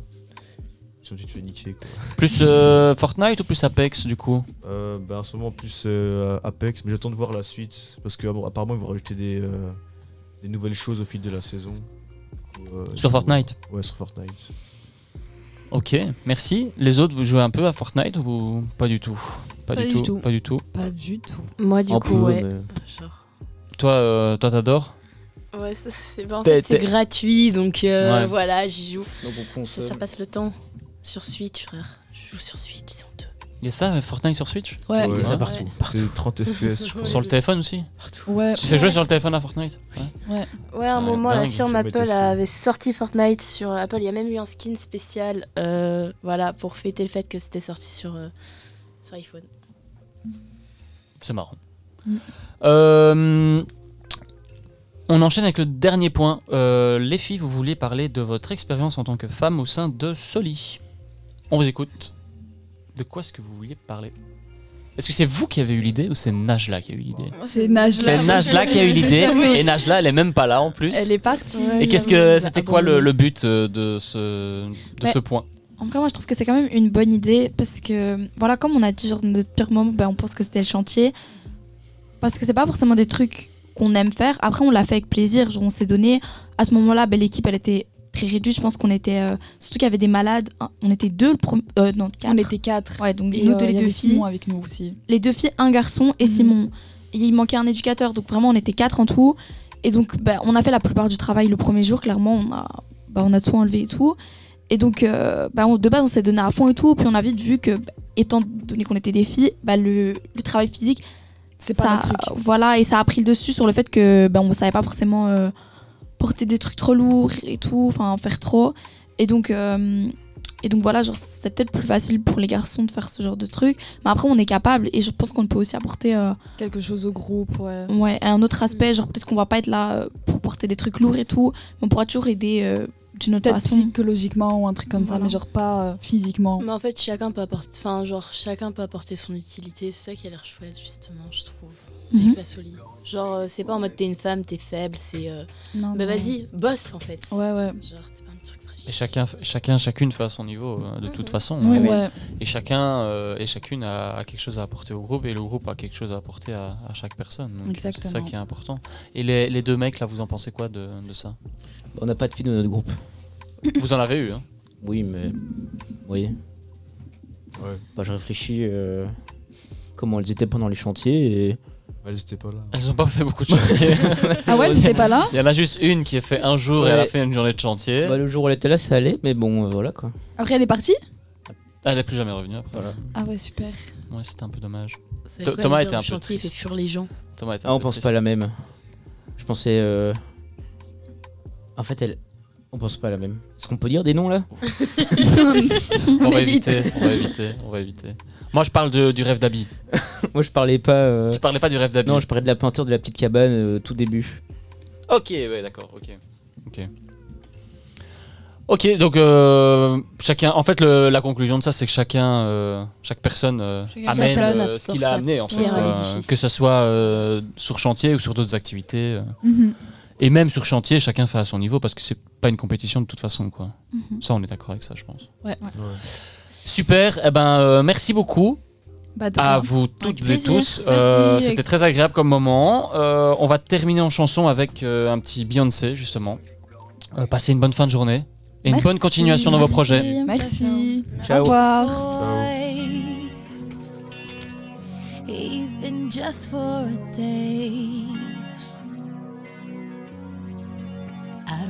[SPEAKER 4] sinon tu te fais niquer. Quoi.
[SPEAKER 3] Plus euh, Fortnite ou plus Apex du coup
[SPEAKER 4] Euh, bah, en ce moment, plus euh, Apex, mais j'attends de voir la suite parce que ah bon, apparemment, ils vont rajouter des, euh, des nouvelles choses au fil de la saison. Du coup, euh,
[SPEAKER 3] Sur
[SPEAKER 4] du coup,
[SPEAKER 3] Fortnite
[SPEAKER 4] Ouais, sur Fortnite.
[SPEAKER 3] Ok, merci. Les autres, vous jouez un peu à Fortnite ou pas du tout Pas, du, tout, Pas du tout.
[SPEAKER 21] Pas du tout.
[SPEAKER 17] Moi, du
[SPEAKER 3] Un
[SPEAKER 17] coup,
[SPEAKER 3] peu,
[SPEAKER 17] ouais.
[SPEAKER 3] mais- Toi, euh, toi, t'adores
[SPEAKER 17] Ouais, ça, c'est bah, en
[SPEAKER 3] T'es-
[SPEAKER 17] fait, c'est
[SPEAKER 3] t'es-
[SPEAKER 17] gratuit, donc euh,
[SPEAKER 3] Ouais.
[SPEAKER 17] voilà, j'y joue.
[SPEAKER 19] Donc, on
[SPEAKER 17] ça,
[SPEAKER 19] consomme.
[SPEAKER 17] ça passe le temps. Sur Switch, frère. Je joue sur Switch, ils sont deux.
[SPEAKER 3] Il y a ça, euh, Fortnite sur Switch
[SPEAKER 17] Ouais.
[SPEAKER 3] Il y a ça
[SPEAKER 17] Ouais.
[SPEAKER 3] partout.
[SPEAKER 4] C'est 30 FPS, je crois.
[SPEAKER 3] Sur le téléphone aussi Partout.
[SPEAKER 21] Ouais.
[SPEAKER 3] Tu sais jouer sur le téléphone à Fortnite
[SPEAKER 21] Ouais.
[SPEAKER 17] Ouais, à un
[SPEAKER 3] Ouais,
[SPEAKER 17] moment, la
[SPEAKER 3] dingue,
[SPEAKER 17] firme
[SPEAKER 3] jamais
[SPEAKER 17] Apple
[SPEAKER 3] testé.
[SPEAKER 17] avait sorti Fortnite sur Apple. Il y a même eu un skin spécial euh, voilà, pour fêter le fait que c'était sorti sur, euh, sur iPhone.
[SPEAKER 3] C'est marrant.
[SPEAKER 17] Mm.
[SPEAKER 3] Euh, on enchaîne avec le dernier point. Euh, les filles, vous voulez parler de votre expérience en tant que femme au sein de Soli. On vous écoute. De quoi est-ce que vous vouliez parler Est-ce que c'est vous qui avez eu l'idée ou c'est Najla qui a eu l'idée
[SPEAKER 21] C'est Najla.
[SPEAKER 3] C'est Najla qui a eu l'idée et Najla elle est même pas là en plus.
[SPEAKER 21] Elle est partie.
[SPEAKER 3] Et qu'est-ce que c'était quoi le, le but euh, de ce de
[SPEAKER 20] Ouais.
[SPEAKER 3] ce point
[SPEAKER 20] En vrai, moi, je trouve que c'est quand même une bonne idée parce que, voilà, comme on a dit, genre, notre pire moment, ben, on pense que c'était le chantier. Parce que c'est pas forcément des trucs qu'on aime faire. Après, on l'a fait avec plaisir, genre, on s'est donné. À ce moment-là, ben, l'équipe, elle était très réduite. Je pense qu'on était. euh, surtout qu'il y avait des malades. Un- On était deux, le premier. euh, non, quatre.
[SPEAKER 21] On était quatre.
[SPEAKER 20] Ouais, donc
[SPEAKER 21] Et
[SPEAKER 20] nous
[SPEAKER 21] euh,
[SPEAKER 20] deux,
[SPEAKER 21] il
[SPEAKER 20] les
[SPEAKER 21] y
[SPEAKER 20] deux
[SPEAKER 21] avait
[SPEAKER 20] filles.
[SPEAKER 21] Simon avec nous aussi.
[SPEAKER 20] les deux filles, un garçon
[SPEAKER 21] Mhm.
[SPEAKER 20] et Simon. Et il manquait un éducateur, donc vraiment on était quatre en tout. Et donc bah, on a fait la plupart du travail le premier jour, clairement on a, bah, on a tout enlevé et tout. Et donc euh, bah, on- de base on s'est donné à fond et tout, puis on a vite vu que, bah, étant donné qu'on était des filles, bah, le, le travail physique,
[SPEAKER 21] c'est pas notre truc.
[SPEAKER 20] Voilà, et ça a pris le dessus sur le fait que bah, on savait pas forcément euh, porter des trucs trop lourds et tout, enfin faire trop. Et donc, euh, et donc voilà, genre c'est peut-être plus facile pour les garçons de faire ce genre de truc. Mais après, on est capable et je pense qu'on peut aussi apporter euh,
[SPEAKER 21] Quelque chose au groupe, ouais.
[SPEAKER 20] ouais, un autre aspect. Genre peut-être qu'on va pas être là euh, pour porter des trucs lourds et tout, mais on pourra toujours aider euh, d'une autre
[SPEAKER 21] Peut-être
[SPEAKER 20] façon.
[SPEAKER 21] psychologiquement ou un truc comme ça,
[SPEAKER 20] Voilà.
[SPEAKER 21] mais genre pas euh, physiquement.
[SPEAKER 17] Mais en fait, chacun peut apporter, enfin, genre, chacun peut apporter son utilité. C'est ça qui a l'air chouette, justement, je trouve,
[SPEAKER 20] Mhm.
[SPEAKER 17] avec la soli. Genre, euh, c'est pas en mode t'es une femme, t'es faible, c'est. euh,
[SPEAKER 21] Non,
[SPEAKER 17] bah
[SPEAKER 21] non.
[SPEAKER 17] vas-y, bosse en fait.
[SPEAKER 21] Ouais, ouais.
[SPEAKER 17] Genre, t'es pas un truc.
[SPEAKER 3] Et chacun, chacun, chacune fait à son niveau, euh, de toute façon.
[SPEAKER 21] Mhm. Oui,
[SPEAKER 3] hein.
[SPEAKER 21] ouais.
[SPEAKER 3] Et chacun euh, et chacune a, a quelque chose à apporter au groupe, et le groupe a quelque chose à apporter à, à chaque personne. Donc, euh, C'est ça
[SPEAKER 19] Exactement.
[SPEAKER 3] qui est important. Et les, les deux mecs, là, vous en pensez quoi de, de ça
[SPEAKER 19] On n'a pas de filles dans notre groupe.
[SPEAKER 3] Vous en avez eu, hein
[SPEAKER 19] Oui, mais. Oui. Bah, je réfléchis euh, comment elles étaient pendant les chantiers et.
[SPEAKER 4] Elles étaient pas là.
[SPEAKER 3] Elles ont pas fait beaucoup de chantiers.
[SPEAKER 21] Ah ouais, elles étaient pas là
[SPEAKER 3] Il y en a juste une qui a fait un jour et elle a
[SPEAKER 19] Ouais.
[SPEAKER 3] fait une journée de chantier.
[SPEAKER 19] Bah, le jour où elle était là, ça allait, mais bon, euh, voilà quoi.
[SPEAKER 21] Après, elle est partie
[SPEAKER 3] Elle n'est plus jamais revenue après.
[SPEAKER 21] Ah ouais, super.
[SPEAKER 3] Ouais, c'était un peu dommage.
[SPEAKER 17] C'est
[SPEAKER 3] Tho-
[SPEAKER 17] quoi,
[SPEAKER 3] Thomas
[SPEAKER 17] le
[SPEAKER 3] était un peu
[SPEAKER 17] chantier, il fait
[SPEAKER 3] triste.
[SPEAKER 17] fuir les gens.
[SPEAKER 3] Thomas était un
[SPEAKER 19] Ah, on
[SPEAKER 3] peu
[SPEAKER 19] pense
[SPEAKER 3] triste.
[SPEAKER 19] pas la même. Je pensais. euh, En fait, elle. On pense pas la même. Est-ce qu'on peut dire des noms là
[SPEAKER 3] on va éviter, on va éviter, on va éviter. Moi, je parle de- du rêve d'habit.
[SPEAKER 19] Moi, je parlais pas. euh,
[SPEAKER 3] Tu parlais pas du rêve d'habit
[SPEAKER 19] Non, je parlais de la peinture de la petite cabane euh, tout début.
[SPEAKER 3] Ok, ouais, d'accord, ok.
[SPEAKER 8] Ok.
[SPEAKER 3] Ok, donc euh, chacun. En fait, le- la conclusion de ça, c'est que chacun, euh, chaque personne euh,
[SPEAKER 8] Chacun
[SPEAKER 3] amène
[SPEAKER 8] sa place.
[SPEAKER 3] euh, ce qu'il a
[SPEAKER 8] Apporte sa
[SPEAKER 3] amené, en fait,
[SPEAKER 8] pierre à
[SPEAKER 3] euh,
[SPEAKER 8] l'édifice.
[SPEAKER 3] que ce soit euh, sur chantier ou sur d'autres activités. euh.
[SPEAKER 20] Mhm.
[SPEAKER 3] Et même sur chantier, chacun fait à son niveau parce que c'est pas une compétition de toute façon, quoi.
[SPEAKER 20] Mhm.
[SPEAKER 3] Ça, on est d'accord avec ça, je pense.
[SPEAKER 20] Ouais.
[SPEAKER 3] Super. Eh ben, euh, merci beaucoup.
[SPEAKER 20] Bah, de
[SPEAKER 3] à
[SPEAKER 20] rien.
[SPEAKER 3] vous toutes et
[SPEAKER 20] plaisir.
[SPEAKER 3] tous.
[SPEAKER 20] Merci.
[SPEAKER 3] Euh, C'était très agréable comme moment. Euh, on va terminer en chanson avec euh, un petit Beyoncé, justement. Euh, passez une bonne fin de journée et une bonne continuation dans vos projets.
[SPEAKER 21] Merci.
[SPEAKER 3] Ciao.
[SPEAKER 21] Au revoir.
[SPEAKER 13] Boy, even just for a day. I'd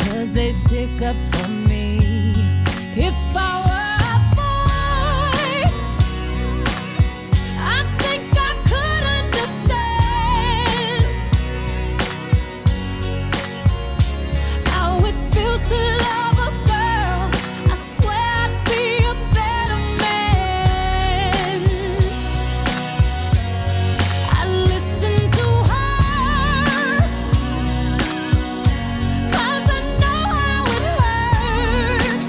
[SPEAKER 13] Cause they stick up for me. If I were a boy, I think I could understand how it feels to love a girl. I swear I'd be a better man. I listen to her 'cause I know how it hurts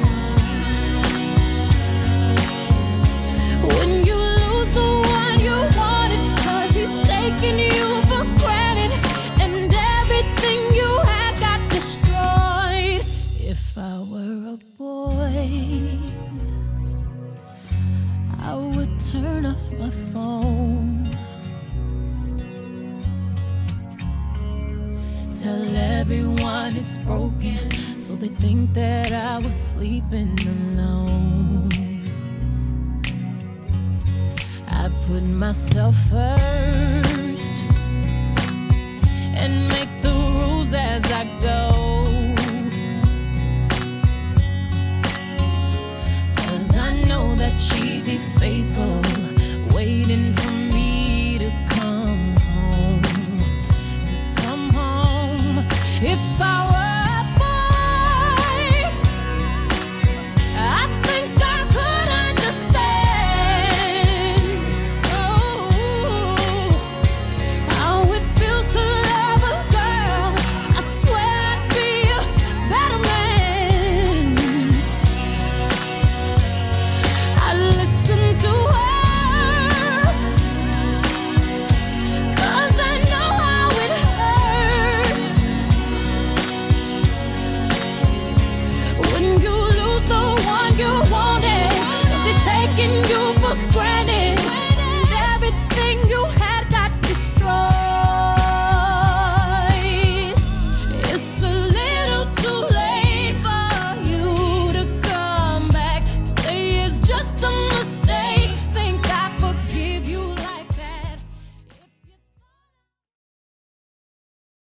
[SPEAKER 13] when you lose the one you wanted 'cause he's taking you for granted and everything you had got destroyed. If I were a boy, I would turn off my phone. Tell everyone it's broken, so they think that I was sleeping alone. I put myself first.